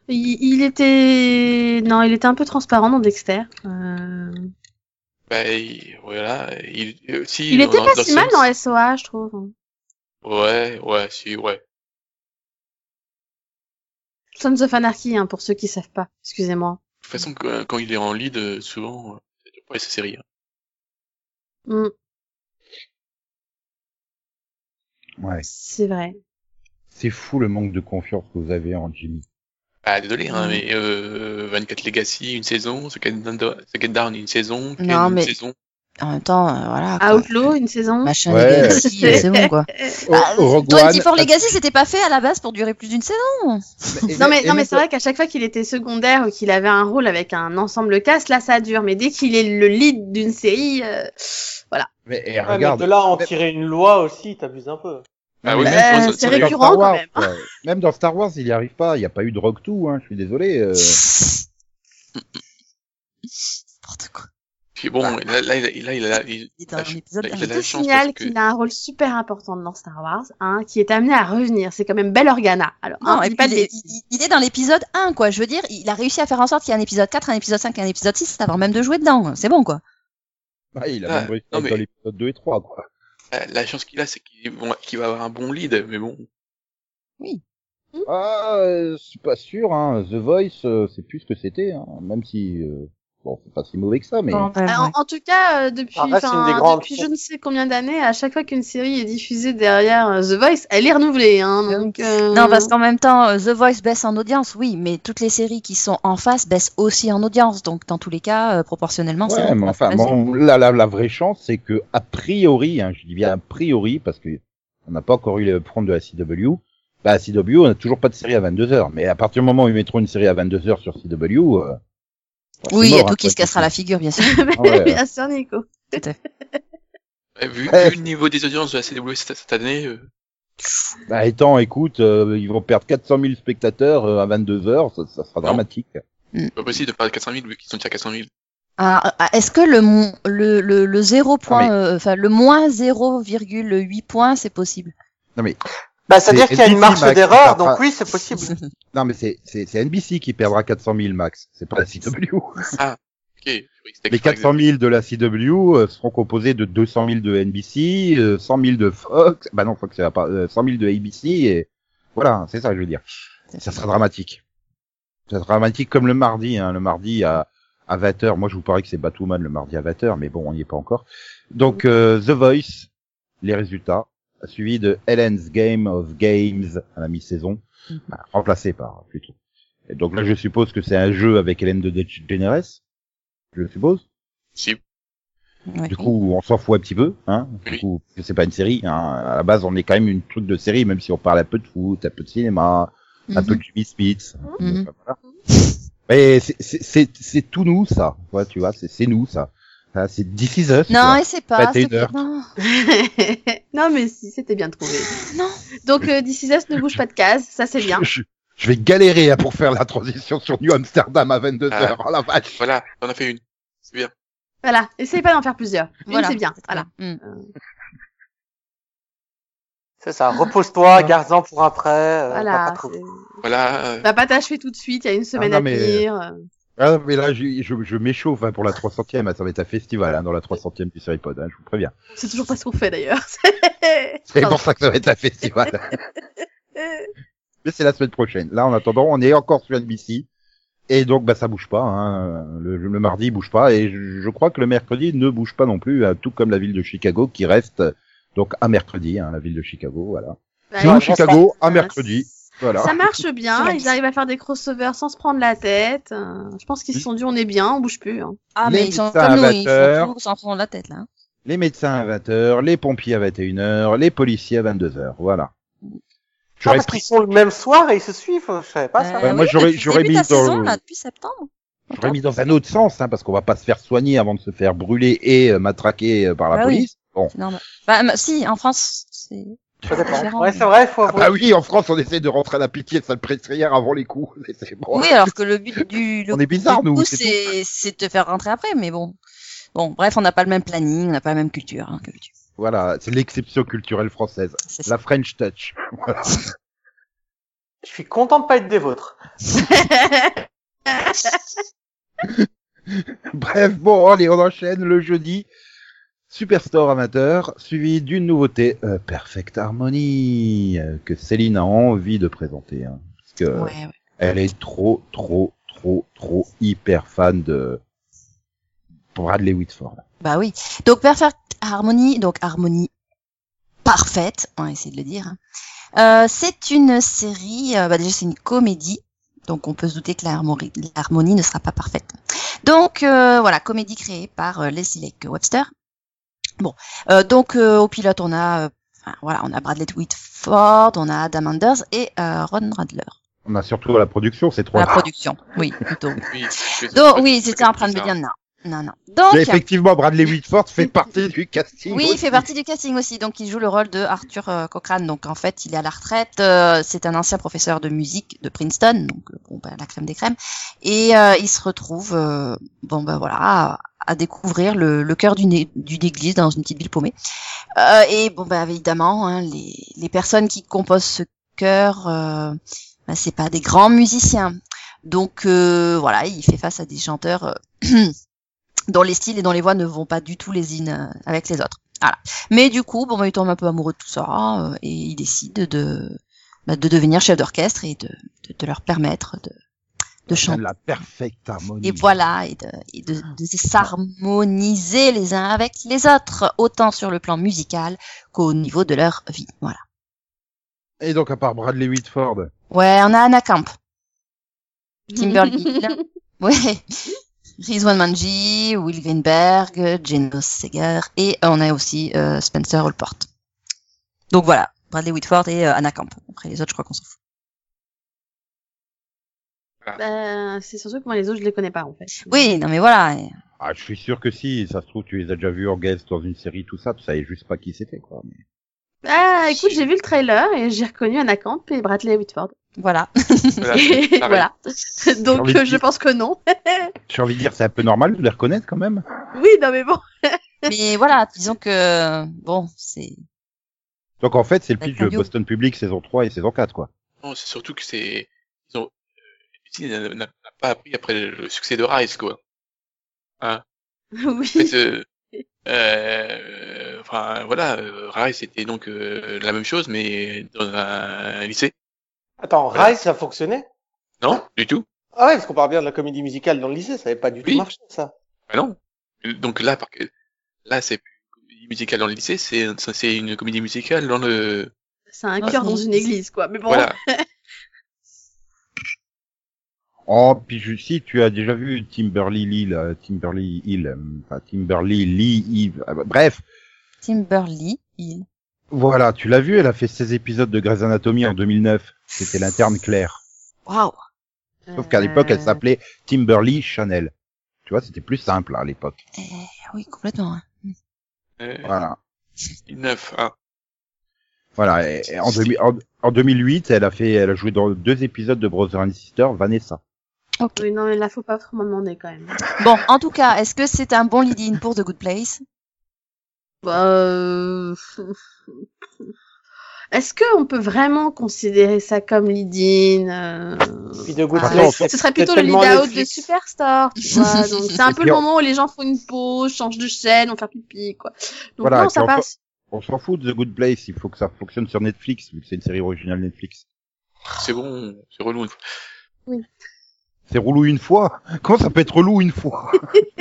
S2: Il, il était non, il était un peu transparent dans Dexter. Euh,
S4: bah, il, voilà, il, euh, si,
S2: Il
S4: dans-
S2: était
S4: dans-
S2: pas
S4: dans
S2: si mal
S4: Sims-
S2: dans SOA, je trouve.
S4: Ouais, ouais, si, ouais.
S2: Sons of Anarchy, hein, pour ceux qui savent pas. Excusez-moi.
S4: De toute façon, quand quand il est en lead, euh, souvent, euh, ça dure pas sa série. hein.
S2: Mm,
S1: Ouais.
S2: c'est vrai.
S1: C'est fou le manque de confiance que vous avez en Jimmy.
S4: Ah, désolé, hein,
S3: Mm.
S4: mais euh, 24 Legacy, une saison, Second Down- Second Down, une saison, Ken,
S3: Non,
S4: une
S3: mais-
S4: saison.
S3: En même temps, euh, voilà. quoi.
S2: Outlaw, une saison.
S3: Machin
S1: Ouais.
S3: Legacy, euh, c'est bon quoi.
S2: Bah,
S3: Ah,
S1: Au- au Oh, Rogue
S3: 24
S1: One, euh,
S3: Legacy, c'était pas fait à la base pour durer plus d'une saison.
S2: Non mais, non mais c'est vrai qu'à chaque fois qu'il était secondaire ou qu'il avait un rôle avec un ensemble casse, là ça dure. Mais dès qu'il est le lead d'une série, euh, voilà.
S1: Mais, eh,
S5: Ouais,
S1: regarde.
S5: mais de là à en tirer une loi aussi, t'abuses un peu.
S4: Ah
S1: Non,
S4: oui,
S1: mais
S4: mais
S2: Euh,
S4: sur-
S2: c'est
S4: sur-
S1: même dans
S4: sur-
S2: récurrent,
S1: Star
S2: quand
S1: Wars,
S2: même.
S1: quoi. Même dans Star Wars, il n'y arrive pas. Il n'y a pas eu de Rogue Two, hein. Je suis désolé. euh.
S3: N'importe quoi.
S4: Puis bon,
S3: Ouais.
S4: là, là, il a, là, il a, il-
S3: Il est dans un
S4: Ah, je-
S3: épisode
S4: il
S3: d'un
S4: a la
S2: Je
S4: chance parce
S2: signale
S4: que-
S2: qu'il a un rôle super important dans Star Wars, hein, qui est amené à revenir. C'est quand même bel organa. Alors,
S3: Non,
S2: hein, dis
S3: et puis,
S2: pas
S3: il,
S2: de
S3: est,
S2: bêtises.
S3: il- il est dans l'épisode 1, quoi. Je veux dire, il a réussi à faire en sorte qu'il y ait un épisode 4, un épisode 5 et un épisode 6 avant même de jouer dedans. C'est bon, quoi.
S1: Ouais, il a
S4: Ah,
S1: même réussi
S4: non,
S1: à être
S4: mais-
S1: dans l'épisode 2 et 3, quoi.
S4: euh, la chance qu'il a, c'est qu'il vont- qu'il va avoir un bon lead, mais bon.
S1: Ah, euh, je suis pas sûr, hein. The Voice, euh, c'est plus ce que c'était, hein. Même si, euh, bon, c'est pas si mauvais que ça, mais.
S3: Ah
S2: Alors, en tout cas, euh, depuis,
S5: Alors là, c'est Ah, une
S2: enfin,
S5: des grandes
S2: depuis je ne sais combien d'années, à chaque fois qu'une série est diffusée derrière euh, The Voice, elle est renouvelée. Hein, donc, euh,
S3: Non, parce qu'en même temps, euh, The Voice baisse en audience, oui, mais toutes les séries qui sont en face baissent aussi en audience. Donc, dans tous les cas, euh, proportionnellement, c'est
S1: ouais, mais enfin, bon, la, la, la vraie chance, c'est que, a priori, hein, je dis bien a priori, parce que on n'a pas encore eu le prendre de la CW. Bah, à CW, on n'a toujours pas de série à 22h. Mais à partir du moment où ils mettront une série à 22h sur CW, euh, c'est
S3: Oui, il y a
S1: mort,
S3: tout
S1: hein,
S3: qui se cassera la figure, bien sûr.
S1: Ah ouais.
S2: bien sûr, Nico.
S4: Euh, Vu,
S1: Ouais.
S4: vu le niveau des audiences de la CW cette, cette année, euh,
S1: Bah, étant, écoute, euh, ils vont perdre 400 000 spectateurs euh, à 22h, ça, ça sera dramatique.
S4: c'est pas possible de faire 400 000 vu qu'ils sont déjà 400 000.
S3: Ah, ah, Est-ce que le, mon- le, le, le 0 point,
S1: Ah, mais-
S3: euh, enfin, le moins 0,8 points, c'est possible
S5: Bah, c'est-à-dire
S1: Et-
S5: qu'il y a
S1: et
S5: une
S1: Disney,
S5: marge
S1: bah, qui
S5: d'erreur,
S1: part
S5: donc
S1: pas-
S5: oui, c'est possible.
S1: Non, mais c'est, c'est, c'est NBC qui perdra 400 000 max. C'est pas la CW.
S4: Ok. oui, c'était
S1: Les
S4: par
S1: 400 000 de la CW euh, seront composés de 200 000 de NBC, euh, 100 000 de Fox, bah non, Fox, ça va pas, euh, 100 000 de ABC, et voilà, c'est ça que je veux dire. Ça sera dramatique. Ça sera dramatique comme le mardi, hein, le mardi à, à 20h. Moi, je vous parie que c'est Batwoman le mardi à 20h, mais bon, on n'y est pas encore. Donc, euh, The Voice, les résultats, suivi de Ellen's Game of Games à la mi-saison,
S3: Mhm.
S1: bah, remplacé par, plutôt. Et donc là, je suppose que c'est un jeu avec Hélène de DeGeneres, je le suppose.
S4: Si,
S3: Ouais.
S1: Du coup, on s'en fout un petit peu, hein. Du
S4: Oui.
S1: coup, parce que c'est pas une série, hein. À la base, on est quand même une truc de série, même si on parle un peu de foot, un peu de cinéma, un peu de Jimmy Smith. hein.
S3: Mhm.
S1: Enfin, voilà. Mais c'est- c'est- c'est c'est tout nous, ça. Ouais, tu vois, c'est c'est nous, ça. Ça, c'est This is us.
S3: Non,
S1: quoi.
S3: et c'est pas. c'est
S1: 21 heures.
S3: non.
S2: non, mais si, c'était bien trouvé.
S3: Non.
S2: Donc, euh, This Is Us ne bouge pas de case, ça c'est bien.
S1: Je, je vais galérer hein, pour faire la transition sur New Amsterdam à 22h. Oh la vache.
S4: voilà, on a fait une. C'est bien.
S2: Voilà, essaye pas d'en faire plusieurs. Une,
S3: Voilà.
S2: c'est bien.
S3: très
S5: Euh,
S2: Voilà.
S3: bien. Mm.
S5: C'est ça, repose-toi, garde-en pour après. euh, t'as
S2: Voilà.
S5: pas trop-
S2: c'est-
S4: Voilà, euh,
S2: Va pas t'achever tout de suite, il y a une semaine
S1: Ah non,
S2: à
S1: mais-
S2: venir. euh.
S1: Ah, mais là, je, je, je m'échauffe hein, pour la 300e. hein. Ça va être un festival hein, dans la 300e du Seripod, hein, je vous préviens.
S2: C'est toujours pas ce qu'on fait d'ailleurs.
S1: C'est
S2: Pardon.
S1: pour ça que ça va être un festival. Mais c'est la semaine prochaine. Là, en attendant, on est encore sur NBC. Et donc, bah, ça bouge pas. Hein. Le, le mardi il bouge pas. Et je, je crois que le mercredi ne bouge pas non plus, hein, tout comme la ville de Chicago qui reste euh, donc un mercredi, hein, la ville de Chicago. Voilà.
S2: Bah,
S1: Nous,
S5: ouais,
S1: Chicago, un
S2: ça-
S1: mercredi. Voilà.
S2: Ça marche bien,
S3: Cela dit.
S2: ils arrivent à faire des crossovers sans se prendre la tête. euh, je pense qu'ils se sont dit on est bien, on bouge plus. hein.
S3: Ah,
S1: Les
S3: mais ils sont
S1: médecins
S3: comme nous, ils
S1: amateurs.
S3: font tout sans prendre la tête, là. hein.
S1: Les médecins à 20h, les pompiers à 21h, les policiers à 22h. Voilà.
S5: Ah,
S1: J'aurais
S5: parce qu'ils sont le même soir et ils se suivent, je savais pas ça.
S1: Ouais, moi,
S3: oui,
S1: j'aurais-
S3: depuis le
S1: j'aurais
S3: début de
S1: mis
S3: la
S1: dans
S3: saison,
S1: le-
S3: là, depuis septembre.
S1: j'aurais mis dans un autre sens, hein, parce qu'on va pas se faire soigner avant de se faire brûler et euh, matraquer euh, par la
S3: Ah oui.
S1: police. Bon.
S3: C'est normal. Bah, mais si, en France, c'est.
S5: Ça dépend.
S3: Différent,
S5: Ouais,
S3: mais-
S5: c'est vrai, il faut
S1: Ah
S5: avouer.
S1: bah oui, en France, on essaie de rentrer à la pitié de sale prêtrière avant les coups. Mais c'est bon.
S3: Oui, alors que le but du. Le
S1: On est bizarre,
S3: du
S1: nous,
S3: coup,
S1: c'est
S3: c'est c'est de te faire rentrer après, mais bon. Bon, bref, on n'a pas le même planning, on n'a pas la même culture. Hein, que veux-tu.
S1: Voilà, c'est l'exception culturelle française.
S3: C'est ça.
S1: La French Touch. Voilà.
S5: Je suis content de pas être des vôtres.
S1: Bref, bon, allez, on enchaîne le jeudi. Superstore amateur, suivi d'une nouveauté, euh, Perfect Harmony, euh, que Céline a envie de présenter. hein, parce que
S3: Ouais, ouais.
S1: elle est trop, trop, trop, trop hyper fan de Bradley Whitford.
S3: Bah oui. Donc Perfect Harmony, donc Harmony parfaite, on va essayer de le dire. hein. Euh, c'est une série, euh, bah déjà c'est une comédie, donc on peut se douter que la harmonie, l'harmonie ne sera pas parfaite. Donc euh, voilà, comédie créée par euh, Leslie Lake Webster. Bon, euh, donc euh, au pilote on a, euh, enfin, voilà, on a Bradley Whitford, on a Adam Anders et euh, Ron Radler.
S1: On a surtout la production, c'est trois.
S3: La production, oui, plutôt.
S4: Oui,
S3: Donc oui, c'était en train de me dire non, non, non. Donc
S1: Mais effectivement, Bradley Whitford fait partie du casting.
S3: Oui, il
S1: aussi.
S3: fait partie du casting aussi. Donc, il joue le rôle de Arthur euh, Cochrane. Donc, en fait, il est à la retraite. euh, c'est un ancien professeur de musique de Princeton. Donc, euh, bon, ben, la crème des crèmes. Et euh, il se retrouve, euh, bon, ben voilà, à, à découvrir le, le cœur d'une é- d'une église dans une petite ville paumée. Euh, et bon, ben évidemment, hein, les, les personnes qui composent ce cœur, euh, ben, c'est pas des grands musiciens. Donc, euh, voilà, il fait face à des chanteurs euh, dont les styles et dont les voix ne vont pas du tout les unes euh, avec les autres. Mais du coup, bon, bah, il tombe un peu amoureux de tout ça euh, et il décide de, bah, de devenir chef d'orchestre et de, de, de leur permettre de, de chanter.
S1: La perfecte harmonie.
S3: Et voilà, et de, et de, de s'harmoniser les uns avec les autres, autant sur le plan musical qu'au niveau de leur vie. Voilà.
S1: Et donc, à part Bradley Whitford,
S3: Ouais, on a Anna Camp, Kimberly Hill, ouais, Rizwan Manji, Will Greenberg, Jane Seger et on a aussi euh, Spencer Allport. Donc voilà, Bradley Whitford et euh, Anna Camp. Après les autres, je crois qu'on s'en fout.
S2: Bah, c'est surtout que moi, les autres, je les connais pas, en fait.
S3: Oui, non mais voilà.
S1: ah, je suis sûr que si, ça se trouve, tu les as déjà vus en guest dans une série, tout ça, tu savais juste pas qui c'était, quoi. Mais-
S2: Ah, écoute, j'ai vu le trailer et j'ai reconnu Anna Camp et Bradley Whitford.
S3: Voilà.
S2: Et voilà.
S1: Ah, J'ai
S2: Donc,
S1: envie de
S2: euh, je
S1: dire-
S2: pense que non.
S1: J'ai envie de dire, c'est un peu normal de les reconnaître quand même.
S2: Oui, non, mais bon.
S3: mais voilà, disons que bon, c'est
S1: Donc en fait, c'est le pitch de
S3: Radio.
S1: Boston Public saison 3 et saison 4, quoi.
S4: Non, c'est surtout que c'est. Ils ont. Disney n'a- n'a n'a pas appris après le succès de Rise, quoi. En
S2: Oui.
S4: fait, euh, euh, enfin, voilà, euh, Rise était donc euh, la même chose, mais dans un lycée.
S5: Attends,
S4: Voilà.
S5: Rise, ça fonctionnait
S4: Non, du tout.
S5: Ah ouais, parce qu'on parle bien de la comédie musicale dans le lycée, ça avait pas du tout
S4: Oui.
S5: marché, ça.
S4: Bah non. Donc là, par... là, c'est plus une comédie musicale dans le lycée, c'est ça, c'est une comédie musicale dans le.
S2: C'est un
S3: Non,
S2: cœur
S3: Ah, c'est-
S2: dans une église, quoi. Mais bon.
S4: Voilà.
S1: Oh, puis je- si tu as déjà vu Timberly Lee, là, Timberly Hill, euh, enfin Timberly Lee, Eve, ah, bah, bref,
S3: Timberly Hill.
S1: voilà, tu l'as vu, elle a fait 16 épisodes de Grey's Anatomy en 2009. C'était l'interne Claire.
S3: Waouh.
S1: Sauf qu'à l'époque, elle
S2: Euh,
S1: s'appelait Timberly Chanel. Tu vois, c'était plus simple hein, à l'époque.
S3: Eh, oui, complètement. hein.
S4: Euh,
S1: Voilà.
S4: 2009, hein.
S1: Voilà. Et, et en, 2000 en, en 2008, elle a fait, elle a joué dans deux épisodes de Brother and Sister, Vanessa.
S3: Ok.
S2: Oui, non, mais là, faut pas trop m'en demander, quand même.
S3: Bon, en tout cas, est-ce que c'est un bon lead-in pour The Good Place
S2: Bah, euh, Est-ce qu'on peut vraiment considérer ça comme lead-in euh,
S5: Puis de Good
S2: Ah,
S5: Place,
S1: ouais,
S5: c'est
S2: Ce serait plutôt le
S5: tellement
S2: lead-out de
S5: Netflix.
S2: Superstore, tu vois. Donc, c'est un peu
S1: Et
S2: le
S1: on-
S2: moment où les gens font une pause, changent de chaîne, vont faire pipi, quoi. Donc
S1: Voilà, et
S2: non,
S1: puis
S2: ça
S1: encore-
S2: passe.
S1: On s'en fout de The Good Place, il faut que ça fonctionne sur Netflix, vu que c'est une série originale Netflix.
S4: C'est bon, c'est relou. une fois.
S1: C'est relou une fois Comment ça peut être relou une fois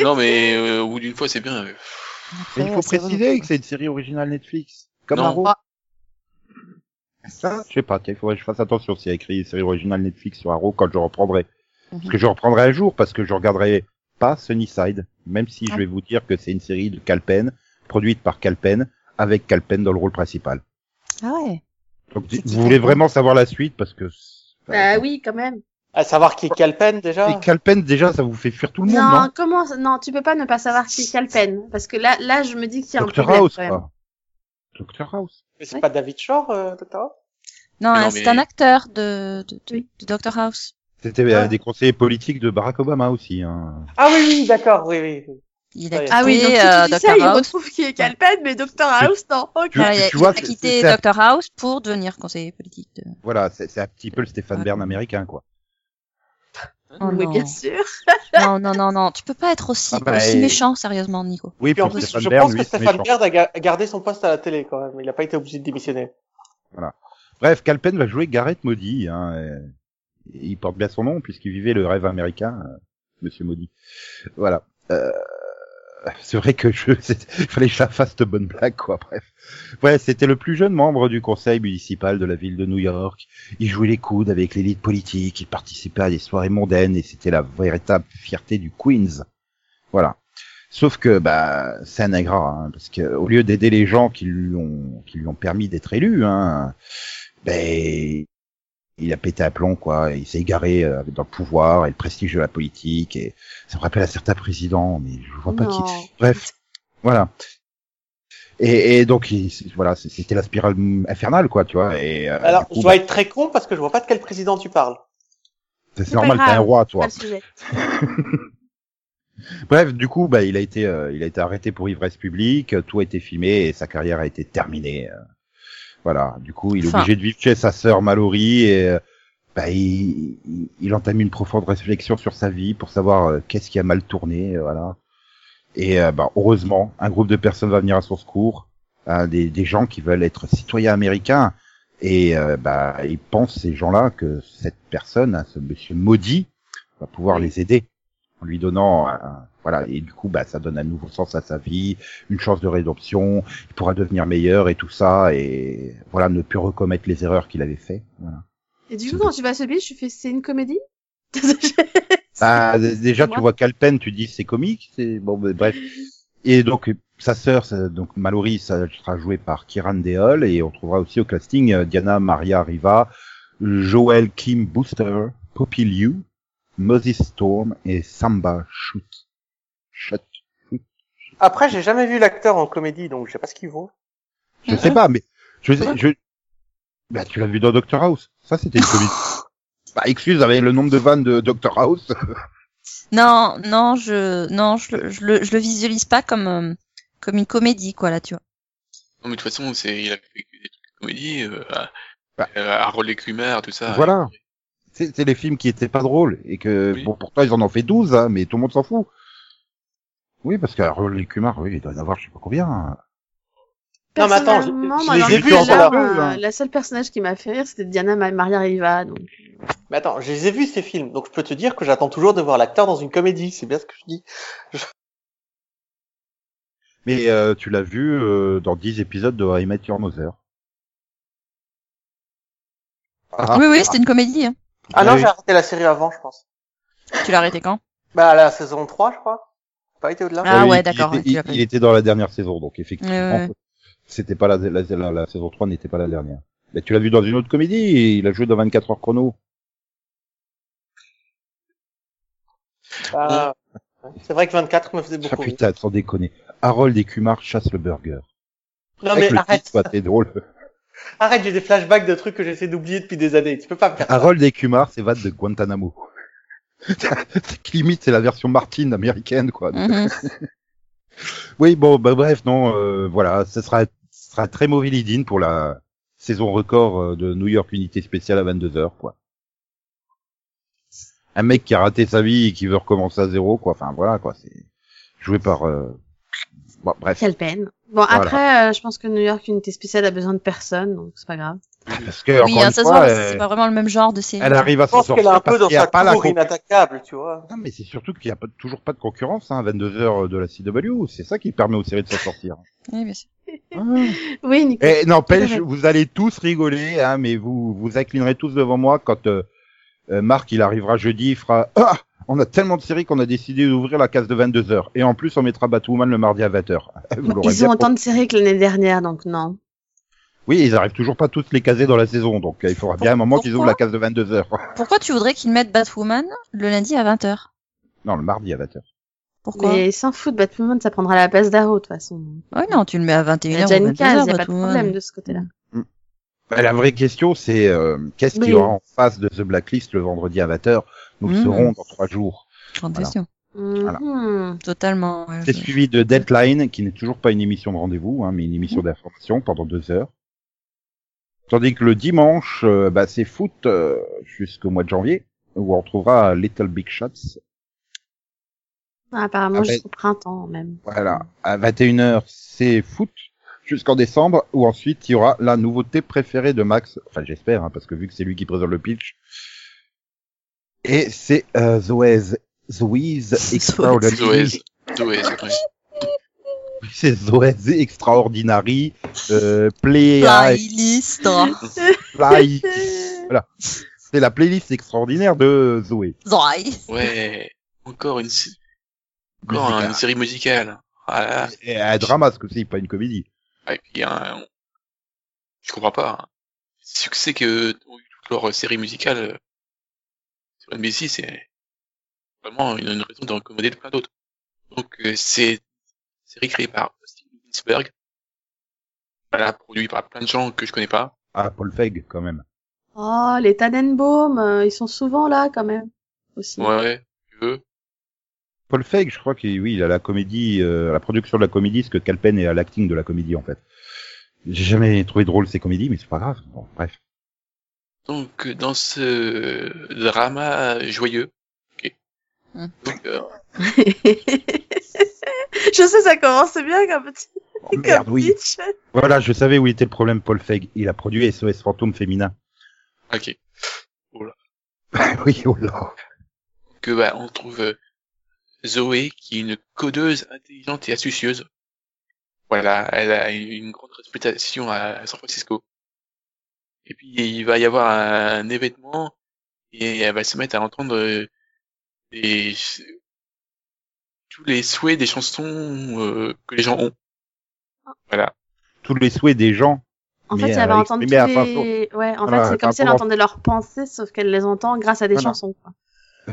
S4: Non, mais euh, au bout d'une fois, c'est bien. euh,
S1: Mais Il
S3: Ouais,
S1: faut
S3: c'est
S1: préciser que c'est une série originale Netflix. Comme
S4: Non.
S1: Arrow.
S3: Ah.
S1: Ça, je sais pas, tiens, il faudrait que je fasse attention s'il y a écrit série originale Netflix sur Arrow quand je reprendrai. Parce
S3: Mhm.
S1: que je reprendrai un jour, parce que je regarderai pas Sunnyside, même si je
S3: Ah.
S1: vais vous dire que c'est une série de Calpen, produite par Calpen, avec Calpen dans le rôle principal.
S3: Ah ouais.
S1: Donc,
S3: C'est qui
S1: vous voulez
S3: Calpen
S1: vraiment savoir la suite, parce que...
S2: Bah oui, quand même.
S5: À savoir qui est Calpen, déjà.
S1: Et Calpen, déjà, ça vous fait fuir tout le monde,
S2: non,
S1: non
S2: comment ça- Non, tu peux pas ne pas savoir qui est Calpen. hein, Parce que là, là, je me dis qu'il y a un
S1: Doctor
S2: problème,
S1: House,
S2: quand même.
S1: quoi. Doctor House.
S5: Mais c'est pas David Shore, euh, Doctor House
S3: Non,
S4: Mais non,
S3: hein, c'est
S4: mais-
S3: un acteur de de, de,
S2: Oui.
S3: de Doctor House.
S1: C'était
S5: Ah.
S1: euh, des conseillers politiques de Barack Obama aussi. Hein.
S5: Ah oui, oui, d'accord, oui, oui. oui.
S3: Il
S5: Ah
S3: a quitté
S2: Ah oui, donc si
S3: euh,
S2: tu dis ça,
S3: Dr
S2: il
S3: House.
S2: retrouve qui est Calpène, mais Dr House, non. Ok.
S1: Tu-
S3: Voilà, il Euh, a-
S1: tu vois
S3: il a
S1: que
S3: quitté
S1: c'est-
S3: Dr House pour devenir conseiller politique. De...
S1: Voilà, c'est c'est un petit peu le Stéphane
S3: Ouais.
S1: Bern américain, quoi.
S3: Oh
S2: oui,
S3: non.
S2: bien sûr.
S3: non, non, non, non, tu peux pas être aussi,
S1: Ah bah,
S3: aussi
S1: et-
S3: méchant, sérieusement, Nico.
S1: Oui,
S5: Puis en
S1: puis
S5: plus,
S1: Stéphane
S5: je
S1: Bern,
S5: pense
S1: lui,
S5: que
S1: c'est
S5: Stéphane
S1: méchant.
S5: Baird a, ga- a gardé son poste à la télé quand même. Il n'a pas été obligé de démissionner.
S1: Bref, Calpen va jouer Gareth Moody. Hein, et- et il porte bien son nom puisqu'il vivait le rêve américain, euh, Monsieur Moody. Voilà. Euh, C'est vrai que je, c'est- il fallait que je la fasse de bonne blague, quoi. Bref. Ouais, c'était le plus jeune membre du conseil municipal de la ville de New York. Il jouait les coudes avec l'élite politique, il participait à des soirées mondaines et c'était la véritable fierté du Queens. Voilà. Sauf que, bah, c'est un ingrat, hein, parce que au lieu d'aider les gens qui lui ont, qui lui ont permis d'être élu, hein, ben, il a pété un plomb, quoi. Il s'est égaré euh, dans le pouvoir et le prestige de la politique. Et ça me rappelle un certain président, mais je vois pas qui.
S2: Non.
S1: Bref, voilà. Et, et donc, il- c'est- voilà, c'est- c'était la spirale mm, infernale, quoi, tu vois. Et
S2: Bah,
S1: euh,
S5: Alors,
S1: du coup,
S5: je dois être très con parce que je vois pas de quel président tu parles.
S1: bah, c'est
S2: pas
S1: normal, t'es
S2: grave.
S1: un roi,
S2: Pas
S1: toi.
S2: le sujet.
S1: Bref, du coup, bah, il a été, euh, il a été arrêté pour ivresse publique. euh, Tout a été filmé et sa carrière a été terminée. euh. voilà. Du coup, il est
S3: Enfin.
S1: obligé de vivre chez sa sœur Mallory et euh, bah, il, il- il entame une profonde réflexion sur sa vie pour savoir euh, qu'est-ce qui a mal tourné, euh, voilà. Et euh, bah, heureusement, un groupe de personnes va venir à son secours, hein, des, des gens qui veulent être citoyens américains. Et euh, bah, ils pensent ces gens-là que cette personne, hein, ce monsieur maudit, va pouvoir les aider en lui donnant, un- voilà. Et du coup, bah, ça donne un nouveau sens à sa vie, une chance de rédemption. Il pourra devenir meilleur et tout ça. Et voilà, ne plus recommettre les erreurs qu'il avait fait. Voilà.
S2: Et du coup, quand tu vas à ce pitch, tu fais c'est une comédie
S1: Bah, d- déjà, tu
S2: Moi.
S1: vois Calpen, tu dis c'est comique, c'est bon, mais bref. Et donc sa sœur, ça- donc Mallory, ça sera jouée par Kiran Deol et on trouvera aussi au casting euh, Diana Maria Riva, Joel Kim Booster, Poppy Liu, Moses Storm et Samba Shoot. Shut.
S5: Après, j'ai jamais vu l'acteur en comédie, donc je sais pas ce qu'il vaut.
S1: Je sais pas, mais je, sais- je... Bah, tu l'as vu dans Doctor House. Ça, c'était une comédie. bah, excuse, avec le nombre de vannes de Doctor House.
S3: Non, non, je, non, je, le- je le, je le visualise pas comme, euh, comme une comédie, quoi, là, tu vois.
S4: Non, mais de toute façon, c'est, il a fait des trucs de comédie, euh, à,
S1: Bah.
S4: euh, Harold et Kumar, tout ça.
S1: Voilà. C'est c'est les films qui étaient pas drôles et que
S4: Oui.
S1: bon pourtant ils en ont fait 12 hein, mais tout le monde s'en fout. Oui parce que Harold et Kumar oui il doit y en avoir je sais pas combien.
S5: Non, mais attends, je-
S2: Personnellement,
S5: je
S2: moi,
S5: les
S2: dans
S5: ai
S2: le
S5: vus,
S2: trailer,
S5: alors.
S2: euh, la seule personnage qui m'a fait rire, c'était Diana Ma- Maria Riva. Donc...
S5: Mais attends, je les ai vus ces films, donc je peux te dire que j'attends toujours de voir l'acteur dans une comédie, c'est bien ce que je dis.
S1: Mais euh, tu l'as vu euh, dans 10 épisodes de How I Met Your Mother. Ah,
S3: oui, oui, c'était une comédie. hein.
S5: Ah
S1: oui.
S5: non, j'ai arrêté la série avant, je pense.
S3: Tu l'as arrêté quand
S5: Bah, à la saison 3, je crois. Pas été au-delà.
S3: Ah
S1: oui,
S3: ouais,
S1: il
S3: d'accord,
S1: était-
S3: ouais, tu
S1: Il,
S3: l'as pas
S1: il
S3: vu.
S1: était dans la dernière saison donc effectivement
S3: Ouais, ouais.
S1: c'était pas la, la, la- la saison 3 n'était pas la dernière. Mais tu l'as vu dans une autre comédie et il a joué dans 24 heures chrono.
S5: Ah, ouais. C'est vrai que 24 me faisait
S1: Ah
S5: beaucoup. rire.
S1: putain sans déconner. Harold et Kumar chassent le burger.
S5: Non
S1: Avec
S5: mais
S1: le
S5: arrête,
S1: titre, quoi, t'es drôle.
S5: arrête, j'ai des flashbacks de trucs que j'essaie d'oublier depuis des années. Tu peux pas me faire.
S1: Harold et Kumar, c'est Vat de Guantanamo. C'est que limite, c'est la version Martine américaine, quoi.
S3: Mhm.
S1: Oui, bon, bah, bref, non, euh, voilà, ce sera, ce sera très mauvais lead-in pour la saison record euh, de New York Unité Spéciale à 22h, quoi. Un mec qui a raté sa vie et qui veut recommencer à zéro, quoi. Enfin, voilà, quoi, c'est joué par... euh, Bon, bref,
S2: Quelle peine. Bon,
S1: Voilà.
S2: après, euh, je pense que New York, unité spéciale, a besoin de personne, donc c'est pas grave.
S1: parce que,
S3: Oui,
S1: encore
S3: hein,
S1: une
S3: ça se
S1: fois,
S3: voit,
S1: euh,
S3: c'est pas vraiment le même genre de série.
S1: elle arrive à
S5: Je
S1: s'en
S5: pense qu'elle
S1: sortir
S5: a un peu
S1: parce
S5: dans
S1: qu'il y a
S5: sa
S1: pas la
S5: tour inattaquable, tu vois.
S1: Non, mais c'est surtout qu'il n'y a pas, toujours pas de concurrence, hein, 22h de la CW, c'est ça qui permet aux séries de s'en sortir.
S3: Oui, bien sûr.
S2: Oui,
S5: Eh,
S2: Nico.
S1: Et
S3: Tout à
S1: n'empêche,
S3: fait.
S1: Eh, vous allez tous rigoler, hein, mais vous vous inclinerez tous devant moi quand euh, euh, Marc, il arrivera jeudi, il fera « Ah On a tellement de séries qu'on a décidé d'ouvrir la case de 22h, et en plus on mettra Batwoman le mardi à 20h. » Vous l'aurez
S2: Ils
S1: bien
S2: ont
S1: compris.
S2: autant de séries que l'année dernière, donc non.
S1: Oui, ils arrivent toujours pas tous les caser dans la saison, donc euh, il faudra bien un moment qu'ils ouvrent la case de 22h.
S3: Pourquoi tu voudrais qu'ils mettent Batwoman le lundi à 20h
S1: non, le mardi à 20h.
S3: Pourquoi
S2: mais ils s'en foutent, Batwoman, ça prendra la place d'Arrow, de toute façon.
S3: Oui, non, tu le mets à
S2: Il
S3: 21h.
S2: y a déjà
S3: ou
S2: une
S3: 22h,
S2: case, il n'y a pas de
S3: Batwoman.
S2: problème de ce côté-là.
S1: Bah, la vraie question, c'est euh, qu'est-ce qu'il y
S2: Oui.
S1: aura en face de The Blacklist le vendredi à 20h Nous le
S3: Mhm.
S1: saurons dans trois jours.
S3: Grande
S1: Voilà.
S3: question.
S1: Voilà.
S2: Mhm.
S3: Totalement. ouais,
S1: Ah, C'est
S3: je-
S1: suivi de Deadline, qui n'est toujours pas une émission de rendez-vous, hein, mais une émission d'information pendant deux heures. Tandis que le dimanche, euh, bah, c'est foot euh, jusqu'au mois de janvier, où on retrouvera Little Big Shots.
S2: Ah, Apparemment
S1: Ah ben-
S2: jusqu'au printemps même.
S1: Voilà. À 21h, c'est foot jusqu'en décembre, où ensuite il y aura la nouveauté préférée de Max. Enfin, j'espère, hein, parce que vu que c'est lui qui présente le pitch. Et c'est euh, Zoez. Zoez Extraordinary.
S4: Zoez. Zoez, ouais.
S1: C'est Zoez Extraordinary. Euh, Play
S3: Playlist.
S1: Fly. voilà. C'est la playlist extraordinaire de Zoé.
S3: Zoï.
S4: Ouais. Encore une, sé- encore
S1: Musicale.
S4: une série musicale. Ah là là.
S1: Et un drama, parce que c'est pas une comédie.
S4: Ah, Et puis, hein, on- je comprends pas. hein. Le Succès que ont eu toute leur série musicale euh, sur NBC, c'est vraiment une, une raison d'en accommoder plein d'autres. Donc, euh, c'est une série créée par Austin Ginsberg. Voilà, produit par plein de gens que je connais pas.
S1: Ah, Paul Feig, quand même.
S2: Oh, les Tannenbaum, euh, ils sont souvent là quand même. Aussi.
S4: Ouais, ouais, tu veux.
S1: Paul Feig, je crois qu'il, oui, il a la comédie, euh, à la production de la comédie, ce que Calpen est à l'acting de la comédie, en fait. J'ai jamais trouvé drôle ces comédies, mais c'est pas grave. Bon, bref.
S4: Donc, euh, dans ce drama joyeux, ok.
S3: Hmm.
S4: Donc, euh,
S2: Je sais, ça commence bien comme petit.
S1: Oh,
S2: comme
S1: merde, oui.
S2: pitch.
S1: Voilà, je savais où était le problème, Paul Feig. Il a produit SOS Fantôme Féminin.
S4: ok.
S1: oui, oh là.
S4: que bah, on trouve euh, Zoé qui est une codeuse intelligente et astucieuse. Voilà, elle a une grande réputation à San Francisco. Et puis il va y avoir un événement et elle va se mettre à entendre euh, des... tous les souhaits des chansons euh, que les gens ont. Voilà.
S1: Tous les souhaits des gens.
S2: En
S1: Mais
S2: fait,
S1: elle
S2: elle
S1: a
S2: va entendre tous
S1: exprimé à
S2: les... Ouais, en
S1: Voilà,
S2: fait,
S1: elle
S2: c'est comme
S1: a
S2: si elle
S1: vraiment-
S2: entendait leurs pensées, sauf qu'elle les entend grâce à des
S1: Voilà.
S2: chansons. Quoi.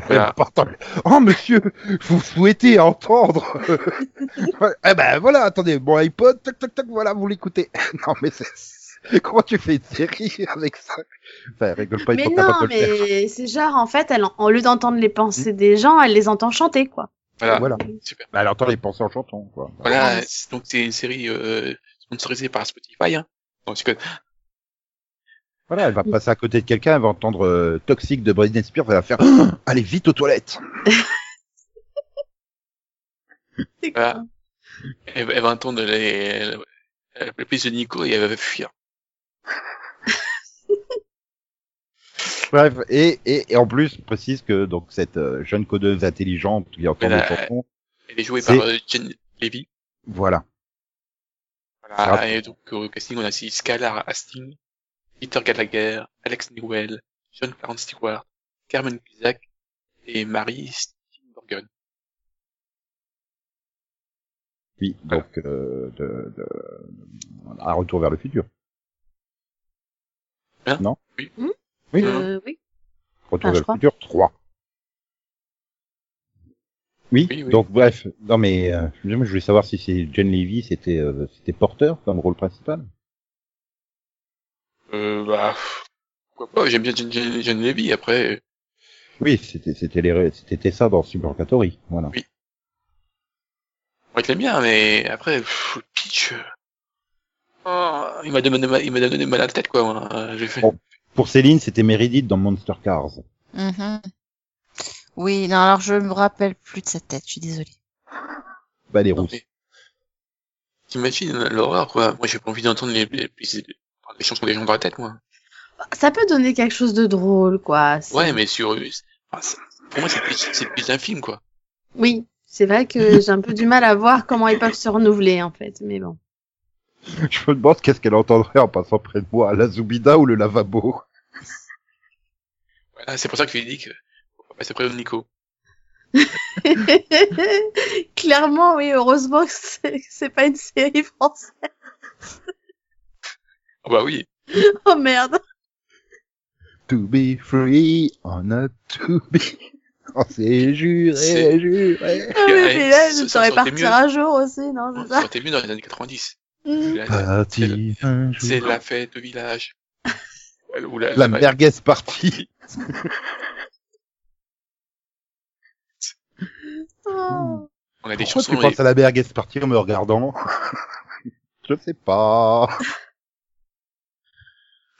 S4: Voilà.
S1: Euh, partant- Oh monsieur, vous souhaitez entendre Eh ben voilà, attendez, mon iPod, tac tac tac, voilà, vous l'écoutez. non mais c'est... comment tu fais une série avec ça Enfin, rigole pas, ils
S2: Mais
S1: sont
S2: non,
S1: capables de le faire. Hmm.
S2: mais c'est genre, en fait, elle, en- au lieu d'entendre les pensées des gens, elle les entend chanter, quoi.
S4: Voilà.
S1: Voilà.
S4: Super.
S1: Bah, alors attends, les pensées en chantant, quoi.
S4: Voilà,
S3: Ouais.
S4: c'est- donc c'est une série euh, sponsorisée par Spotify. Hein. Non, c'est que-
S1: Voilà, elle va passer à côté de quelqu'un, elle va entendre euh, Toxic de Britney Spears, elle va faire Allez vite aux toilettes
S2: C'est
S4: Voilà.
S2: con.
S4: Bah, Elle, elle va entendre les, le- le piste de Nico et elle va fuir.
S1: Bref, et, et, et en plus, je précise que donc cette euh, jeune codeuse intelligente qui entend
S4: Voilà.
S1: les chansons,
S4: Elle est jouée
S1: C'est-
S4: par euh, Jen Levy.
S1: voilà.
S4: Voilà.
S1: Ah.
S4: Et donc euh, au casting, on a aussi Skylar Hastings, Peter Gallagher, Alex Newell, John Clarence Stewart, Carmen Cusack et Mary Steenburgen.
S1: Oui, donc euh, de, de, un retour vers le futur.
S4: Hein
S1: non
S4: Oui.
S2: Hmm
S1: oui,
S4: Euh,
S2: Euh, oui.
S1: retour
S2: ah, je
S1: vers le
S2: crois.
S1: futur 3. Oui,
S4: Oui, oui.
S1: donc bref, non mais euh, je voulais savoir si c'est Jen Levy, c'était euh, c'était Porter comme rôle principal.
S4: Euh, bah, pff, pourquoi pas, j'aime bien Jen, Jen, Jen Levy. Après, euh,
S1: Oui, c'était c'était les c'était ça dans Supercatory, voilà.
S4: Oui. on l'aime bien, mais après, pff, le pitch. euh, oh, il m'a donné, il m'a donné mal à la tête, quoi. moi. Euh, J'ai fait.
S1: Bon. Pour Céline, c'était Meredith dans Monster Cars.
S3: Mhm. Oui, non, alors je me rappelle plus de sa tête, je suis désolée.
S1: Bah les
S4: Non,
S1: rousses.
S4: mais- T'imagines l'horreur, quoi. Moi, j'ai pas envie d'entendre les, les, les- les chansons des gens dans la tête, moi.
S2: Ça peut donner quelque chose de drôle, quoi. C'est-
S4: Ouais, mais sur. enfin, c'est- pour moi, c'est plus, c'est plus un film, quoi.
S2: Oui, c'est vrai que j'ai un peu du mal à voir comment ils peuvent se renouveler, en fait. Mais bon.
S1: Je me demande qu'est-ce qu'elle entendrait en passant près de moi, la Zubida ou le lavabo.
S4: Voilà, c'est pour ça que je dis que. Faut pas passer près de Nico.
S2: Clairement, oui, heureusement que c'est- que c'est pas une série française.
S4: Ah bah oui.
S2: Oh merde.
S1: To be free or not to be. On s'est juré,
S4: C'est-
S1: juré.
S2: Ah oui,
S4: Ouais,
S2: mais là, je
S4: ça- ça
S2: saurais
S4: sentait
S2: partir
S4: mieux. Hmm.
S2: un jour aussi, non, c'est
S4: Ça
S2: ça
S4: aurait été mieux dans les années 90.
S2: Mm.
S4: Là,
S1: Parti un
S4: C'est
S1: jour.
S4: la fête de village. Ou la,
S1: La
S4: ouais,
S1: merguez partie.
S2: Oh.
S4: On a
S1: Pourquoi
S4: des chansons.
S1: tu penses à la Berg partie en me regardant Je sais pas.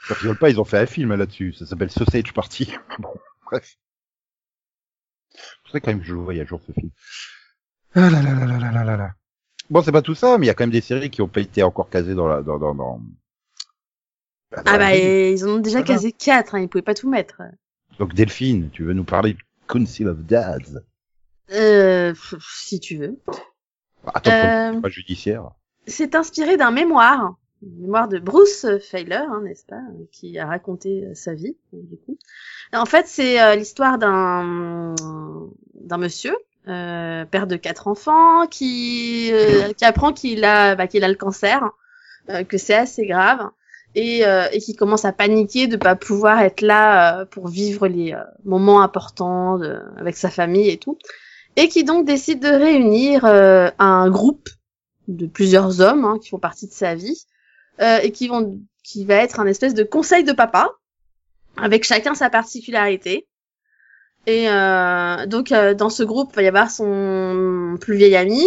S1: Je rigole pas, ils ont fait un film là-dessus. Ça s'appelle Sausage Party. bon, bref. Je sais quand même que je le voyais à jour ce film. Ah là là là là là là là là. Bon, c'est pas tout ça, mais il y a quand même des séries qui ont pas été encore casées dans la dans dans dans. dans
S2: Ah
S1: la
S2: bah,
S1: vie.
S2: et ils en ont déjà
S1: Voilà.
S2: casé quatre, hein, ils pouvaient pas tout mettre.
S1: Donc Delphine, tu veux nous parler de Council of Dads
S2: Euh, pff, si tu veux.
S1: Attends,
S2: Euh.
S1: pas judiciaire.
S2: C'est inspiré d'un mémoire, une mémoire de Bruce Feiler, hein, n'est-ce pas, euh, qui a raconté euh, sa vie. euh, Du coup. En fait, c'est euh, l'histoire d'un d'un monsieur, euh, père de quatre enfants, qui euh, qui apprend qu'il a bah, qu'il a le cancer, euh, que c'est assez grave. Et, euh, et qui commence à paniquer de pas pouvoir être là euh, pour vivre les euh, moments importants de- avec sa famille et tout, et qui donc décide de réunir euh, un groupe de plusieurs hommes hein, qui font partie de sa vie euh, et qui vont qui va être un espèce de conseil de papa avec chacun sa particularité et euh, donc euh, dans ce groupe il va y avoir son plus vieil ami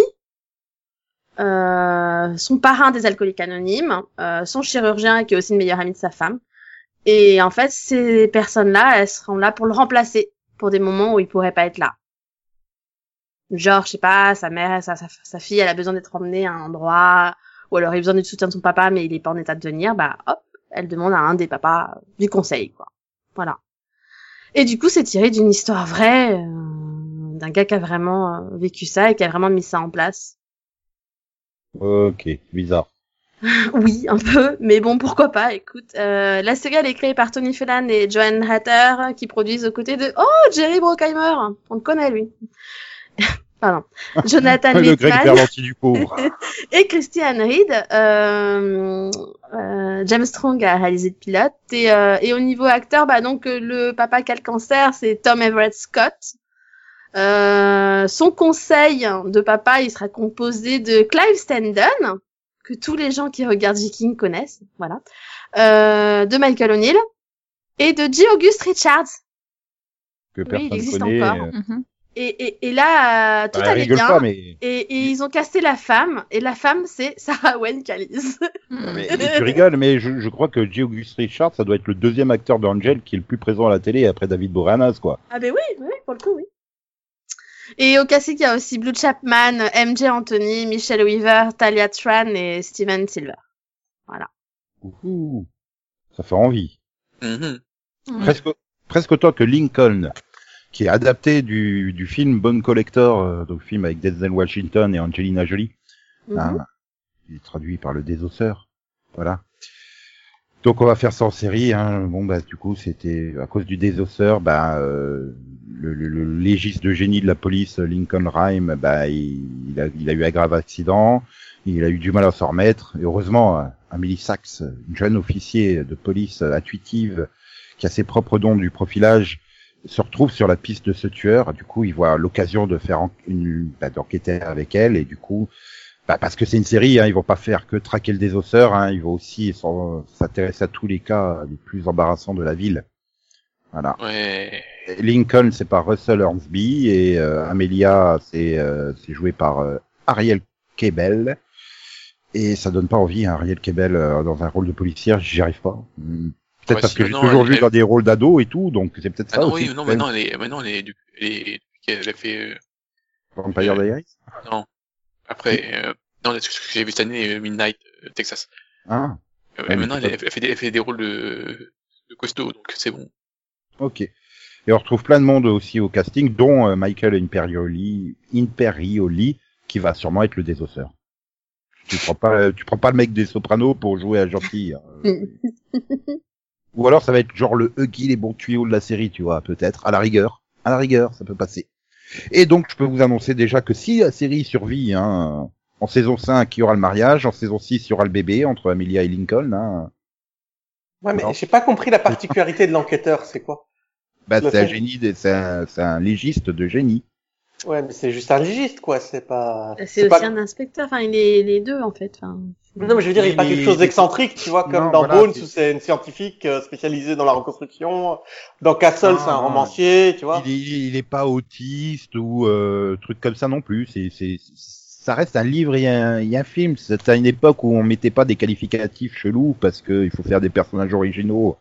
S2: euh, son parrain des alcooliques anonymes euh, son chirurgien qui est aussi le meilleur ami de sa femme et en fait ces personnes là elles seront là pour le remplacer pour des moments où il pourrait pas être là genre je sais pas sa mère sa, sa, sa fille elle a besoin d'être emmenée à un endroit ou alors il a besoin du soutien de son papa mais il est pas en état de venir bah hop elle demande à un des papas euh, du conseil quoi voilà et du coup c'est tiré d'une histoire vraie euh, d'un gars qui a vraiment euh, vécu ça et qui a vraiment mis ça en place
S1: Ok, bizarre.
S2: oui, un peu, mais bon, pourquoi pas, écoute. Euh, la série, elle est créée par Tony Fellan et Joanne Hatter, qui produisent aux côtés de... Oh, Jerry Bruckheimer On le connaît, lui. Pardon. Jonathan
S1: le Greg
S2: Littman
S1: Berlanti du pauvre.
S2: et Christiane Reed. Euh, euh, James Strong a réalisé le pilote. Et, euh, et au niveau acteur, bah donc euh, le papa qui a le cancer, c'est Tom Everett Scott. Euh, son conseil de papa, il sera composé de Clive Standen, que tous les gens qui regardent Viking connaissent, voilà, euh, de Michael O'Neill et de J. Auguste Richards.
S1: que
S2: Oui,
S1: personne
S2: il existe
S1: connaît.
S2: encore.
S1: euh,
S3: Mhm.
S2: Et, et, et là, euh, tout
S1: bah,
S2: allait
S1: rigole
S2: bien.
S1: pas, mais...
S2: Et, et ils ont casté la femme, et la femme, c'est Sarah Wayne Callis.
S3: Mhm.
S1: mais- mais tu rigoles, mais je, je crois que J. August Richard, ça doit être le deuxième acteur d'Angel qui est le plus présent à la télé après David Boreanaz, quoi.
S2: Ah ben oui, oui, pour le coup, oui. Et au classique, il y a aussi Blue Chapman, MJ Anthony, Michelle Weaver, Talia Tran et Steven Silver.
S1: Ouhou. Ça fait envie.
S4: Mhm.
S1: Presque, presque autant que Lincoln, qui est adapté du, du film Bone Collector, euh, donc film avec Denzel Washington et Angelina Jolie.
S2: Mhm.
S1: hein. Il est traduit par le désosseur. Voilà. Donc on va faire ça en série. Hein. Bon bah du coup c'était à cause du désosseur, bah euh, le, le- le légiste de génie de la police Lincoln Rhyme, bah il, il a, il a eu un grave accident, il a eu du mal à s'en remettre. Et heureusement, euh, Amélie Sachs, une jeune officier de police intuitive qui a ses propres dons du profilage, se retrouve sur la piste de ce tueur. Du coup, il voit l'occasion de faire en- une, bah, d'enquêter avec elle et du coup bah, parce que c'est une série, hein, ils vont pas faire que traquer le désosseur, hein, ils vont aussi s'en- s'intéresser à tous les cas les plus embarrassants de la ville. Voilà.
S4: Ouais.
S1: Et Lincoln, c'est par Russell Hornsby et euh, Amelia, c'est euh, c'est joué par euh, Ariel Kebel. Et ça donne pas envie, hein, Ariel Kebel euh, dans un rôle de policière, j'y arrive pas. Hmm. Peut-être
S4: Ouais,
S1: parce
S4: si,
S1: que j'ai
S4: maintenant,
S1: toujours
S4: elle-
S1: vu
S4: elle-
S1: dans des rôles d'ado et tout, donc c'est peut-être
S4: Ah
S1: ça
S4: non,
S1: aussi.
S4: oui, non,
S1: le problème.
S4: maintenant, elle est, maintenant, elle est, depuis- elle est, depuis qu'elle a fait, euh,
S1: Vampire Diaries.
S4: après, euh, non, parce que j'ai vu cette année, euh, Midnight, euh, Texas.
S1: Hein
S4: Euh,
S1: mais
S4: maintenant,
S1: c'est
S4: elle,
S1: pas-
S4: elle fait des, elle fait des rôles de, de costaud, donc c'est bon.
S1: Ok. Et on retrouve plein de monde aussi au casting, dont euh, Michael Imperioli, Imperioli, qui va sûrement être le désosseur. Tu prends pas, euh, tu prends pas le mec des Sopranos pour jouer à gentil. hein. Ou alors ça va être genre le Huggy les bons tuyaux de la série, tu vois, peut-être. À la rigueur, à la rigueur, ça peut passer. Et donc je peux vous annoncer déjà que si la série survit, hein, en saison 5 il y aura le mariage, en saison 6 il y aura le bébé entre Amelia et Lincoln. Hein.
S5: Ouais, mais
S1: Non.
S5: j'ai pas compris la particularité de l'enquêteur, c'est quoi
S1: Bah,
S5: Tout à
S1: c'est un
S5: fait.
S1: génie, des- c'est un, c'est un légiste de génie.
S5: Ouais, mais c'est juste un légiste, quoi. C'est pas.
S2: C'est aussi
S5: pas-
S2: un inspecteur. Enfin, il est les deux en fait. Enfin,
S5: Non, mais je veux dire, il n'y a pas
S1: Mais-
S5: quelque chose d'excentrique, tu vois, comme
S1: Non,
S5: dans
S1: voilà,
S5: Bones
S1: c'est-
S5: où c'est une scientifique euh, spécialisée dans la reconstruction. Dans Castle,
S1: Ah,
S5: c'est un
S1: non.
S5: romancier, tu vois.
S1: Il est, il est pas autiste ou euh, truc comme ça non plus. C'est, c'est, ça reste un livre et un, et un film. C'est à une époque où on mettait pas des qualificatifs chelous parce que il faut faire des personnages originaux.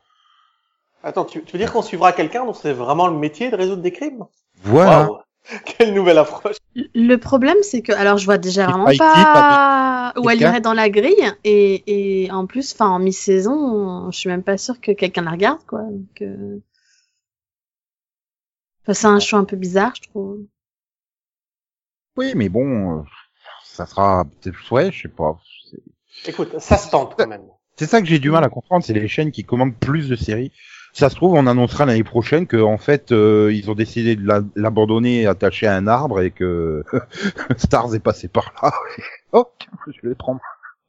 S5: Attends, tu, tu veux dire qu'on suivra quelqu'un dont c'est vraiment le métier de résoudre des crimes
S1: Voilà.
S5: Waouh. Quelle nouvelle approche
S2: Le problème, c'est que, alors, je vois déjà
S1: C'est
S2: vraiment
S1: pas ici,
S2: pas où elle
S1: Quelqu'un
S2: irait dans la grille, et, et en plus, enfin, en mi-saison, je suis même pas sûre que quelqu'un la regarde, quoi. Donc, euh, enfin, c'est un choix un peu bizarre, je trouve.
S1: Oui, mais bon, euh, ça sera, c'est- ouais, je sais pas. C'est-
S5: Écoute, ça se tente quand même.
S1: C'est ça que j'ai du mal à comprendre, c'est les chaînes qui commandent plus de séries. Ça se trouve, on annoncera l'année prochaine que en fait, euh, ils ont décidé de la- l'abandonner attaché à un arbre et que Stars est passé par là. Hop, je vais prendre.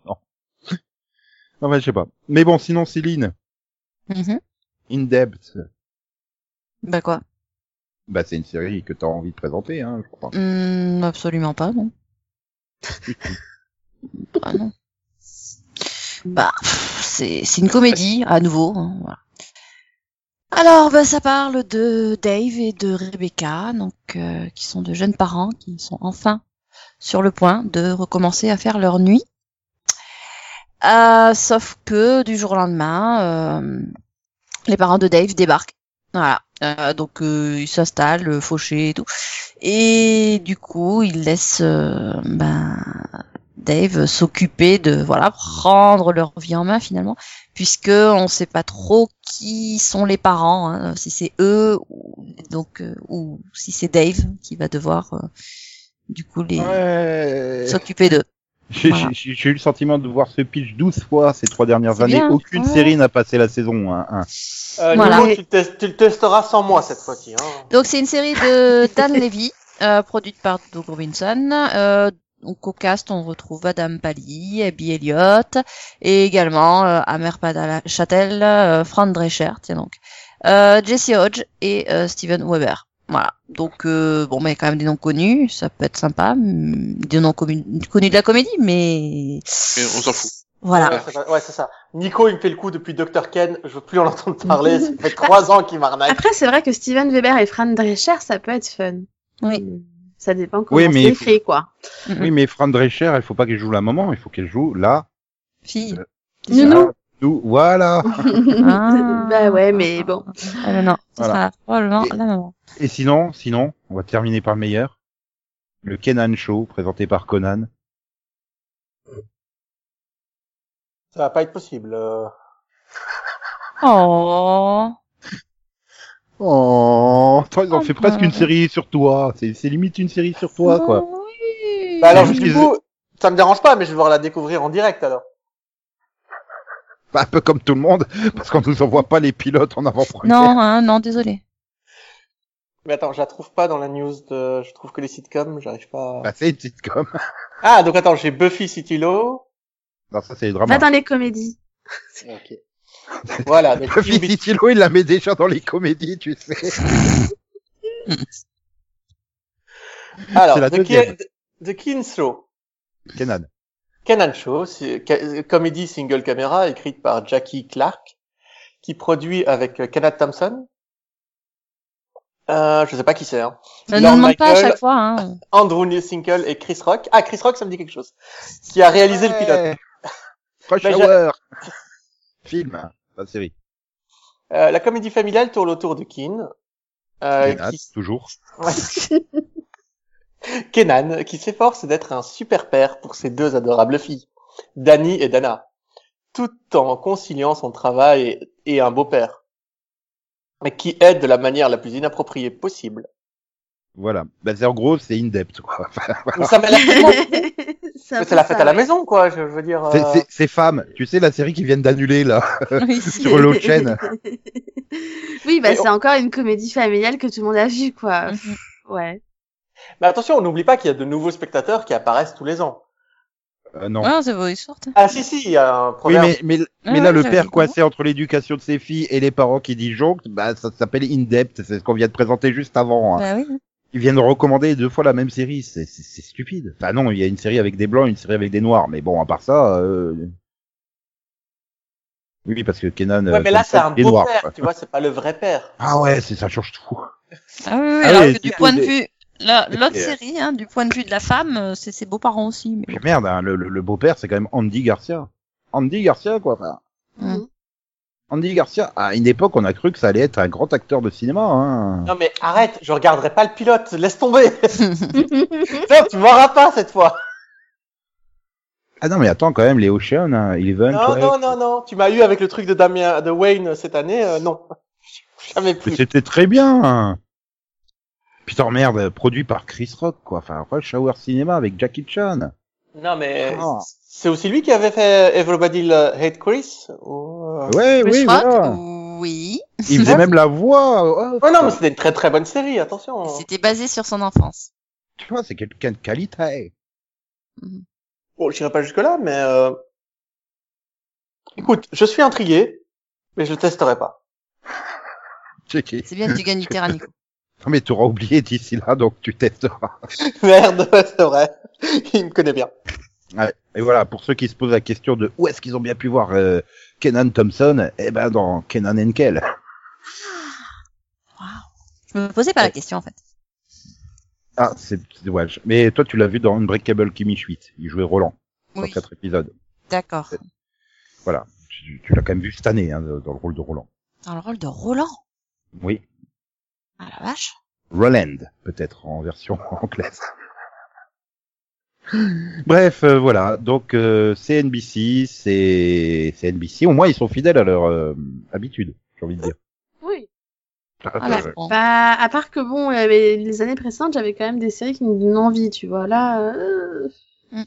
S1: Non, non mais je sais pas. Mais bon, sinon Céline,
S3: Mhm.
S1: In Depth,
S3: Bah quoi
S1: bah c'est une série que t'as envie de présenter, hein. Je crois.
S3: Hmm, Absolument pas, non. ah non. Bah, pff, c'est c'est une comédie, à nouveau. hein, voilà. Alors, bah, ça parle de Dave et de Rebecca, donc euh, qui sont de jeunes parents qui sont enfin sur le point de recommencer à faire leur nuit. Euh, sauf que du jour au lendemain, euh, les parents de Dave débarquent. Voilà. Euh, donc euh, ils s'installent, euh, fauchés et tout. Et du coup, il laisse euh, ben, Dave s'occuper de voilà prendre leur vie en main finalement, puisque on ne sait pas trop qui sont les parents, hein, si c'est eux ou donc euh, ou si c'est Dave qui va devoir euh, du coup les
S1: Ah, Ouais.
S3: s'occuper d'eux.
S1: J'ai
S3: Voilà.
S1: j'ai- j'ai eu le sentiment de voir ce pitch 12 fois ces trois dernières
S3: C'est
S1: années.
S3: bien.
S1: Aucune
S3: Ouais.
S1: série n'a passé la saison. Hein, hein.
S5: Euh,
S3: Voilà.
S5: Nico, tu, le tes- tu le testeras sans moi cette fois-ci. Hein.
S3: Donc c'est une série de Dan Levy, euh, produite par Doug Robinson. Euh, donc au cast, on retrouve Adam Pally, Abby Elliott, et également euh, Amer Châtel, euh, Fran Drescher, tiens donc, euh, Jesse Hodge et euh, Steven Weber. Voilà. Donc euh, bon, mais quand même des noms connus, ça peut être sympa, hum, des noms commu- connus de la comédie, mais
S4: Mais on s'en fout.
S3: voilà.
S5: Ouais, c'est ça- ouais, c'est ça. Nico, il me fait le coup depuis Dr. Ken. Je veux plus en entendre parler. Ça fait trois ans qu'il m'arnaque.
S2: Après, c'est vrai que Steven Weber et Fran Drescher, ça peut être fun. Hmm.
S3: Oui.
S2: Ça dépend comment
S1: Oui, mais
S2: c'est
S1: il faut-
S2: écrit, quoi.
S3: Mhm.
S1: Oui, mais Fran Drescher, il faut pas qu'elle joue la maman, il faut qu'elle joue la
S3: Fille.
S2: Nounou.
S1: Nous, voilà.
S3: Ah.
S2: bah ouais, mais bon.
S3: Ah, non, non, ce
S1: Voilà.
S3: sera probablement
S1: Et-
S3: la maman.
S1: Et sinon, sinon, on va terminer par le meilleur. Le Kenan Show, présenté par Conan.
S5: Ça va pas être possible. euh.
S3: Oh.
S1: Oh, toi, ils ont
S3: Oh,
S1: fait presque
S3: bah.
S1: une série sur toi. C'est c'est limite une série sur toi, quoi.
S3: Oui.
S5: Bah alors,
S1: juste
S5: du
S1: les-
S5: coup, ça me dérange pas, mais je vais voir la découvrir en direct alors.
S1: Pas un peu comme tout le monde, parce qu'on nous envoie pas les pilotes en avant-première.
S3: Non, hein, non, désolé.
S5: Mais attends, je la trouve pas dans la news de. Je trouve que les sitcoms, j'arrive pas.
S1: Bah, c'est une sitcom.
S5: Ah, donc attends, j'ai Buffy Citilo.
S1: Non, ça, c'est les
S2: Va
S1: dramas.
S2: dans les comédies.
S5: Voilà, donc
S1: Buffy
S5: Ubi-
S1: Titilo, il la met déjà dans les comédies, tu sais.
S5: Alors,
S1: C'est la
S5: The,
S1: deuxième.
S5: Ki- The Kin Show.
S1: Kenan.
S5: Kenan Show, c'est ca- euh, comédie single caméra écrite par Jackie Clark, qui produit avec euh, Kenneth Thompson. Euh, je sais pas qui c'est. Hein.
S3: Ne
S5: Lorne
S3: nous demande pas à
S5: Michael,
S3: chaque fois. Hein.
S5: Andrew Newsinkle et Chris Rock. Ah, Chris Rock, ça me dit quelque chose. Qui a réalisé le pilote.
S1: Rush
S5: Bah,
S1: Hour. Film. hein, Pas de série.
S5: Euh, la comédie familiale tourne autour de Kin. Euh,
S1: Kenan,
S5: qui-
S1: toujours.
S5: Ouais. Kenan, qui s'efforce d'être un super père pour ses deux adorables filles, Dani et Dana, tout en conciliant son travail et, et un beau-père, mais qui aide de la manière la plus inappropriée possible.
S1: Voilà. Bah, c'est en gros, c'est in-depth, quoi.
S5: Mais ça m'a l'air tellement-
S2: Ça
S5: C'est la
S2: fait
S5: fête
S2: ça,
S5: à la
S2: ouais.
S5: maison, quoi, je, je veux dire. euh,
S1: C'est- c'est- Ces femmes, tu sais la série qu'ils viennent d'annuler là
S3: Oui.
S1: sur l'autre chaîne.
S2: Oui, bah
S5: Mais on-
S2: c'est encore une comédie familiale que tout le monde a vue, quoi.
S3: Mhm.
S5: Mm.
S2: Ouais.
S5: Mais attention, on n'oublie pas qu'il y a de nouveaux spectateurs qui apparaissent tous les ans.
S1: Euh, non.
S3: Ah, c'est vos histoires. toi.
S5: Ah si, si, il y a un
S1: oui,
S5: proverbe.
S1: mais mais,
S3: Ah
S1: mais là
S3: ouais,
S1: le
S3: j'avais
S1: père
S3: dit
S1: coincé entre l'éducation de ses filles et les parents qui disjonctent, bah ça s'appelle in depth, c'est ce qu'on vient de présenter juste avant. hein.
S3: Bah oui.
S1: Ils viennent recommander deux fois la même série, c'est c'est- c'est stupide. Enfin non, il y a une série avec des blancs, une série avec des noirs, mais bon, à part ça... Euh... Oui, parce que Kenan...
S5: Ouais,
S1: euh,
S5: mais là, c'est
S1: Thompson,
S5: un
S1: il est
S5: beau
S1: noir,
S5: père,
S1: quoi.
S5: tu vois, c'est pas le vrai père.
S1: Ah ouais, c'est ça change tout.
S3: Ah oui, oui,
S1: Ah
S3: alors
S1: oui,
S3: que
S1: du
S3: du
S1: coup,
S3: point de
S1: des-
S3: vue, la- l'autre
S1: Et, euh,
S3: série, hein, du point de vue de la femme, euh, c'est ses beaux-parents aussi. Mais...
S1: Puis merde, hein, le, le- le beau-père, c'est quand même Andy Garcia. Andy Garcia, quoi. enfin,
S3: Mm.
S1: Andy Garcia, à une époque, on a cru que ça allait être un grand acteur de cinéma. Hein.
S5: Non, mais arrête, je regarderai pas le pilote, laisse tomber. non, tu m'auras pas cette fois.
S1: Ah non, mais attends, quand même, les Ocean, hein, Eleven,
S5: Non,
S1: Twelve.
S5: non, non, non, tu m'as eu avec le truc de Damien, de Wayne cette année, euh, non. Jamais
S1: Mais
S5: plus.
S1: c'était très bien. hein. Putain, merde, produit par Chris Rock, quoi. Enfin, Rush Hour Cinéma avec Jackie Chan.
S5: Non, mais
S1: Ah.
S5: c'est aussi lui qui avait fait Everybody Hate Chris. ou, euh,
S1: Ouais,
S3: Chris
S1: Ah oui,
S3: Rock,
S1: voilà.
S3: oui.
S1: Il faisait même la voix. Oh,
S5: Oh non, mais c'était une très très bonne série, attention.
S3: C'était basé sur son enfance.
S1: Tu vois, c'est quelqu'un de qualité.
S5: Bon, j'irai pas jusque là, mais euh... écoute, je suis intrigué, mais je le testerai pas.
S1: Checké.
S3: C'est bien que tu gagnes du terrain, Nico.
S1: Non, mais t'auras oublié d'ici là, donc tu testeras.
S5: Merde, c'est vrai. Il me connaît bien.
S1: Et voilà, pour ceux qui se posent la question de où est-ce qu'ils ont bien pu voir euh, Kenan Thompson, eh ben dans Kenan Enkel.
S3: Je me posais pas la question, en fait.
S1: Ah, c'est c'est- ouais, je- Mais toi, tu l'as vu dans Unbreakable Kimmy Schmidt. Il jouait Roland dans
S3: Oui,
S1: quatre épisodes.
S3: d'accord.
S1: Tu, tu l'as quand même vu cette année hein, dans le rôle de Roland.
S3: Dans le rôle de Roland.
S1: Oui,
S3: Ah la vache.
S1: Roland, peut-être en version anglaise. Bref, euh, voilà. Donc euh, c'est NBC, c'est c'est NBC. Au moins, ils sont fidèles à leur euh, habitude, j'ai envie de dire.
S2: Oui.
S3: Ah, la
S1: Euh,
S3: con.
S2: Bah, à part que bon, euh, mais les années précédentes, j'avais quand même des séries qui me donnaient envie, tu vois. Là, euh,
S3: Mm.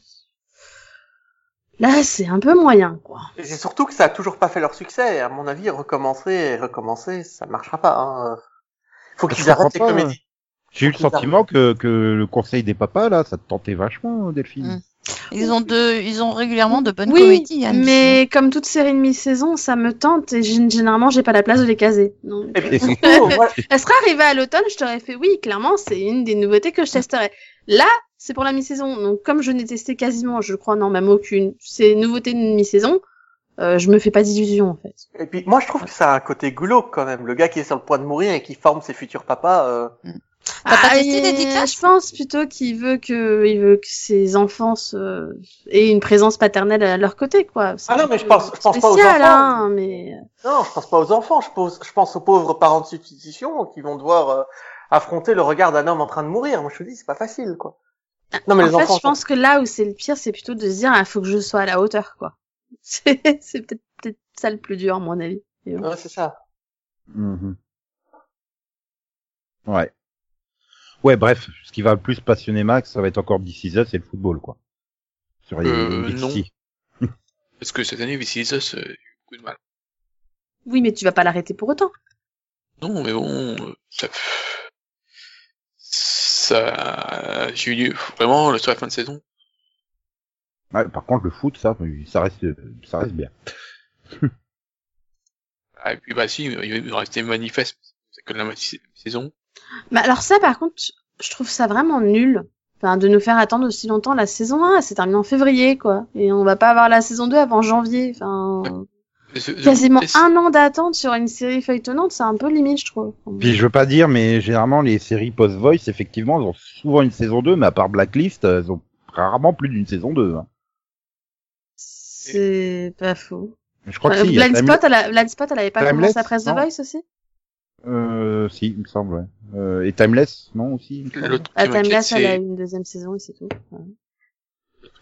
S2: là, c'est un peu moyen, quoi.
S5: Et c'est surtout que ça a toujours pas fait leur succès. À mon avis, recommencer et recommencer, ça marchera pas. Hein. Faut
S1: Ah, Je
S5: qu'ils arrêtent les
S1: comprends pas.
S5: comédies.
S1: J'ai eu le sentiment que, que le conseil des papas, là, ça te tentait vachement, hein, Delphine.
S3: Mm. Ils ont deux, ils ont régulièrement de bonnes
S2: Oui,
S3: comédies. hein,
S2: Mais comme toute série de mi-saison, ça me tente et gén- généralement, j'ai pas la place de les caser. Donc,
S5: Et puis surtout, voilà,
S2: elle serait arrivée à l'automne, je t'aurais fait oui, clairement, c'est une des nouveautés que je testerais. Là, c'est pour la mi-saison. Donc, comme je n'ai testé quasiment, je crois, non, même aucune, ces nouveautés de mi-saison, euh, je me fais pas d'illusions, en fait.
S5: et puis, moi, je trouve que ça a un côté glauque quand même. Le gars qui est sur le point de mourir et qui forme ses futurs papas. euh,
S3: T'as pas
S2: Ah,
S3: testé
S2: et
S3: Lady Clash
S2: Je pense plutôt qu'il veut que, il veut que ses enfants se- aient une présence paternelle à leur côté, quoi. C'est
S5: Ah non,
S2: un
S5: mais
S2: peu
S5: je pense- je pense pas aux
S2: spécial,
S5: enfants.
S2: hein, mais
S5: Non, je pense pas aux enfants. Je pense, je pense aux pauvres parents de substitution qui vont devoir euh, affronter le regard d'un homme en train de mourir. Moi, je te dis, c'est pas facile, quoi. Non, mais
S2: en
S5: les
S2: fait,
S5: enfants.
S2: je pense que là où c'est le pire, c'est plutôt de se dire, il faut que je sois à la hauteur, quoi. C'est c'est peut-être peut-être ça le plus dur, à mon avis. Mais bon.
S5: Ouais, c'est ça.
S1: Mhm. Ouais. Ouais, bref, ce qui va le plus passionner Max, ça va être encore d'ici Us c'est le football, quoi. Sur les-
S4: Euh,
S1: les
S4: non.
S1: petits.
S4: Parce que cette année, VCS, euh, a eu beaucoup de mal.
S2: Oui, mais tu vas pas l'arrêter pour autant.
S4: Non, mais bon, euh, ça. Ça. J'ai eu du- vraiment sur la fin de saison.
S1: Ouais, par contre, le foot, ça, ça reste, ça reste bien.
S4: Ah, et puis, bah, si, il y aurait été manifeste. C'est que la moitié de la saison.
S2: Mais alors ça, par contre, je trouve ça vraiment nul. Enfin, de nous faire attendre aussi longtemps la saison 1, c'est terminé en février, quoi. Et on va pas avoir la saison 2 avant janvier. Enfin,
S4: Je- je
S2: quasiment
S4: déteste-
S2: un an d'attente sur une série feuilletonnante, c'est un peu limite, je trouve.
S1: Puis je veux pas dire, mais généralement, les séries post-voice, effectivement, elles ont souvent une saison 2, mais à part Blacklist, elles ont rarement plus d'une saison 2. hein.
S2: C'est pas faux.
S1: Je crois
S2: Euh,
S1: que si. il y a
S2: Blind,
S1: Time-
S2: Spot, elle a- Blind Spot, elle avait pas
S1: Timeless,
S2: commencé après The
S1: non.
S2: Voice aussi
S1: Euh, si, il me semble, ouais. Euh, et Timeless, non, aussi il me semble.
S4: L'autre
S2: Ah,
S4: qui m'inquiète,
S2: Timeless, elle a eu
S4: c'est.
S2: une deuxième saison et c'est tout.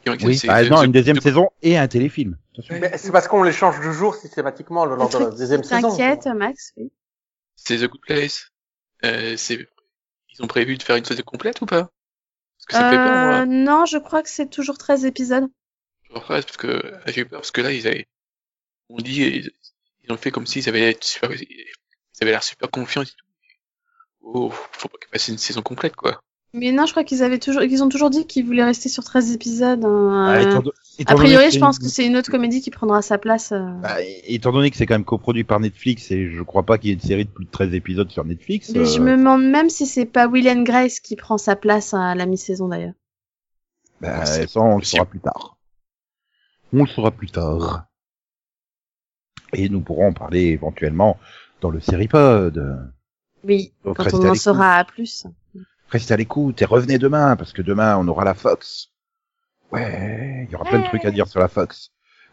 S4: qui m'inquiète,
S1: Oui,
S4: c'est-
S1: ah, non,
S4: c'est-
S1: une deuxième
S4: c'est-
S1: saison et un téléfilm. Bah, Attention.
S5: Mais c'est parce qu'on les change de jour systématiquement le lors de la
S2: truc
S5: deuxième saison.
S2: T'inquiète, Max oui.
S4: C'est The Good Place. Euh, c'est... Ils ont prévu de faire une saison complète ou pas Parce que ça me fait peur,
S2: Euh,
S4: moi.
S2: non, je crois que c'est toujours 13 épisodes.
S4: Je vois pas, parce que ah, j'ai eu peur, parce que là, ils avaient... On dit, ils, ils ont fait comme s'ils avaient, être super... ils avaient l'air super confiants et tout. Oh, faut pas qu'ils passent une saison complète, quoi.
S2: Mais non, je crois qu'ils avaient toujours, qu'ils ont toujours dit qu'ils voulaient rester sur 13 épisodes. hein.
S1: Ah, étant do- étant
S2: a
S1: donné
S2: priori,
S1: que
S2: je
S1: c'est
S2: pense
S1: une-
S2: que c'est une autre comédie qui prendra sa place. euh.
S1: Bah, étant donné que c'est quand même coproduit par Netflix et je crois pas qu'il y ait une série de plus de 13 épisodes sur Netflix.
S2: Mais je
S1: euh,
S2: me demande même si c'est pas Will and Grace qui prend sa place à la mi-saison d'ailleurs.
S1: bah,
S4: C'est
S1: ça, on le
S4: possible.
S1: saura plus tard. On le saura plus tard. Et nous pourrons en parler éventuellement dans le Seripod.
S2: Oui,
S1: Donc,
S2: quand
S1: restez à
S2: on en
S1: l'écoute.
S2: saura à plus.
S1: Restez à l'écoute et revenez demain parce que demain on aura la Fox. Ouais, il y aura plein de trucs à dire sur la Fox.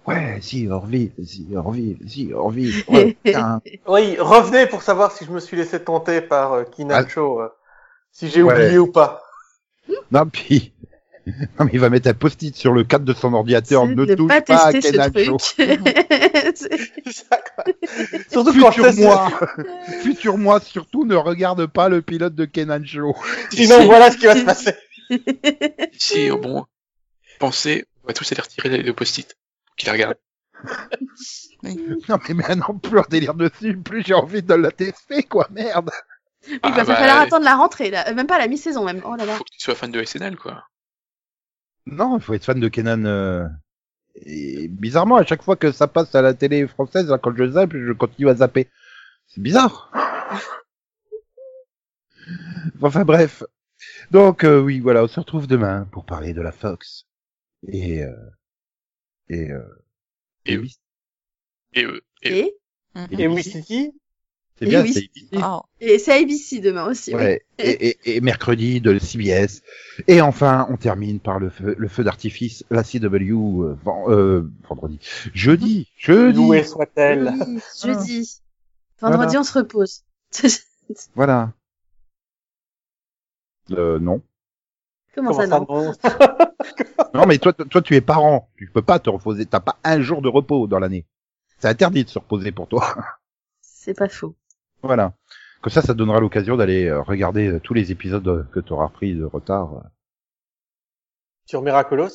S1: Ouais, si, Orville, si, Orville, si, Orville. Ouais, putain.
S5: Oui, revenez pour savoir si je me suis laissé tenter par euh, Kinacho, euh, si j'ai
S1: Ah. Ouais.
S5: oublié ou pas.
S1: Non, puis... non, mais il va mettre un post-it sur le cadre de son ordinateur.
S2: C'est
S1: Ne
S2: de
S1: touche
S2: pas
S1: pas, à
S2: tester ce
S1: Kenacho.
S2: truc. C'est-
S5: Ça, quoi. Surtout quand je
S1: Futur
S5: teste-
S1: moi, futur moi, surtout ne regarde pas le pilote de Kenan Show.
S5: Sinon, voilà ce qui va se passer.
S4: Si, au bon, pensez, on va tous aller retirer le post-it pour qu'il la regarde.
S1: Non mais maintenant plus un délire dessus, plus j'ai envie de la tester quoi, merde.
S2: Oui, bah,
S4: Ah,
S2: va
S4: bah,
S2: falloir attendre la rentrée, là. Euh, même pas la mi-saison même. Oh là là.
S4: Faut que tu sois fan de SNL, quoi.
S1: Non, il faut être fan de Kenan. euh, Et bizarrement, à chaque fois que ça passe à la télé française, là, quand je zappe, je continue à zapper. C'est bizarre. enfin bref. Donc euh, oui, voilà, on se retrouve demain pour parler de la Fox et euh, et euh,
S4: Et- Et, euh, et,
S2: Et,
S5: Et Wistiti,
S1: c'est
S2: et
S1: bien,
S2: oui.
S1: c'est
S3: Oh.
S2: et c'est ABC demain aussi. oui.
S1: Ouais. Et, et- et mercredi de CBS. Et enfin, on termine par le feu, le feu d'artifice, la CW euh, ven- euh, vendredi, jeudi, jeudi.
S5: loué soit-elle.
S2: Jeudi, jeudi.
S1: Voilà.
S2: Vendredi, on se repose.
S1: Voilà. Euh, non.
S2: Comment,
S5: Comment
S2: ça,
S5: ça,
S2: non
S5: non
S1: Non, mais toi, toi, tu es parent. Tu peux pas te reposer. T'as pas un jour de repos dans l'année. C'est interdit de se reposer pour toi.
S2: C'est pas faux.
S1: Voilà. Comme ça, ça te donnera l'occasion d'aller euh, regarder euh, tous les épisodes euh, que tu auras pris de retard. euh,
S5: Sur Miraculous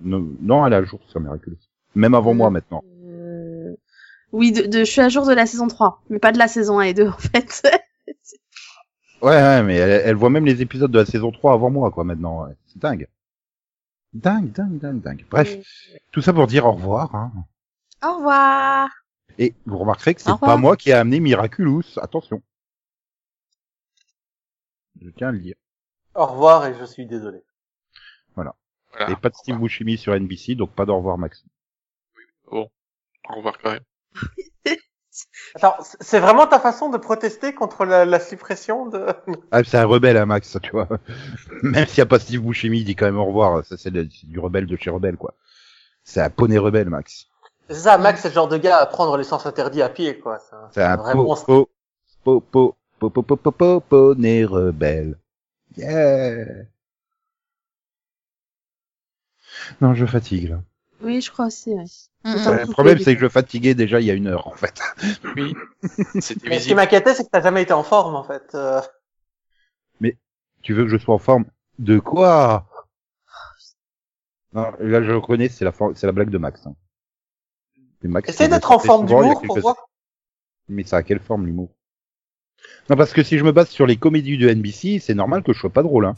S1: Non, non, elle est à jour sur Miraculous. Même avant moi maintenant.
S2: Euh, Oui, de, de- je suis à jour de la saison 3, mais pas de la saison 1 et 2 en fait.
S1: Ouais, ouais, mais elle, elle voit même les épisodes de la saison 3 avant moi, quoi, maintenant. ouais. C'est dingue. Dingue, dingue, dingue, dingue. Bref, tout ça pour dire au revoir. Hein.
S2: Au revoir.
S1: Et vous remarquerez que
S3: Au
S1: c'est
S3: revoir.
S1: pas moi qui ai amené Miraculous. Attention. Je tiens à le dire.
S5: Au revoir et je suis désolé.
S4: voilà.
S1: Et pas de Steve Buscemi sur NBC, donc pas d'au revoir Max.
S4: Au revoir quand même.
S5: Attends, c- c'est vraiment ta façon de protester contre la, la suppression de...
S1: Ah, c'est un rebelle, hein, Max, tu vois. Même s'il n'y a pas Steve Buscemi, il dit quand même au revoir. Ça, c'est le- c'est du rebelle de chez rebelle, quoi. C'est un poney rebelle, Max.
S5: C'est ça, Max, c'est le genre de gars à prendre les sens interdits à pied, quoi. C'est un-
S1: C'est un
S5: vrai
S1: po,
S5: monstre.
S1: po, po, po, po, po, po, po, po, poney rebelle. Yeah. Non, je fatigue là.
S2: Oui, je crois aussi. ouais.
S3: Mm,
S2: Attends.
S3: mm.
S1: Ouais,
S2: faut
S1: le problème,
S2: que-
S1: c'est que je fatiguais déjà il y a une heure en fait.
S4: Oui, c'était
S5: Mais ce qui
S4: visible.
S5: m'inquiétait, c'est que t'as jamais été en forme, en fait. Euh,
S1: Tu veux que je sois en forme De quoi Non, là, je reconnais, c'est la, for- c'est la blague de Max. Hein. C'est Max
S5: Essaye
S1: qui
S5: d'être
S1: me
S5: en forme
S1: souvent, il y a
S5: d'humour
S1: quelque
S5: pour
S1: chose-
S5: voir.
S1: Mais ça a quelle forme l'humour Non, parce que si je me base sur les comédies de NBC, c'est normal que je sois pas drôle. Hein.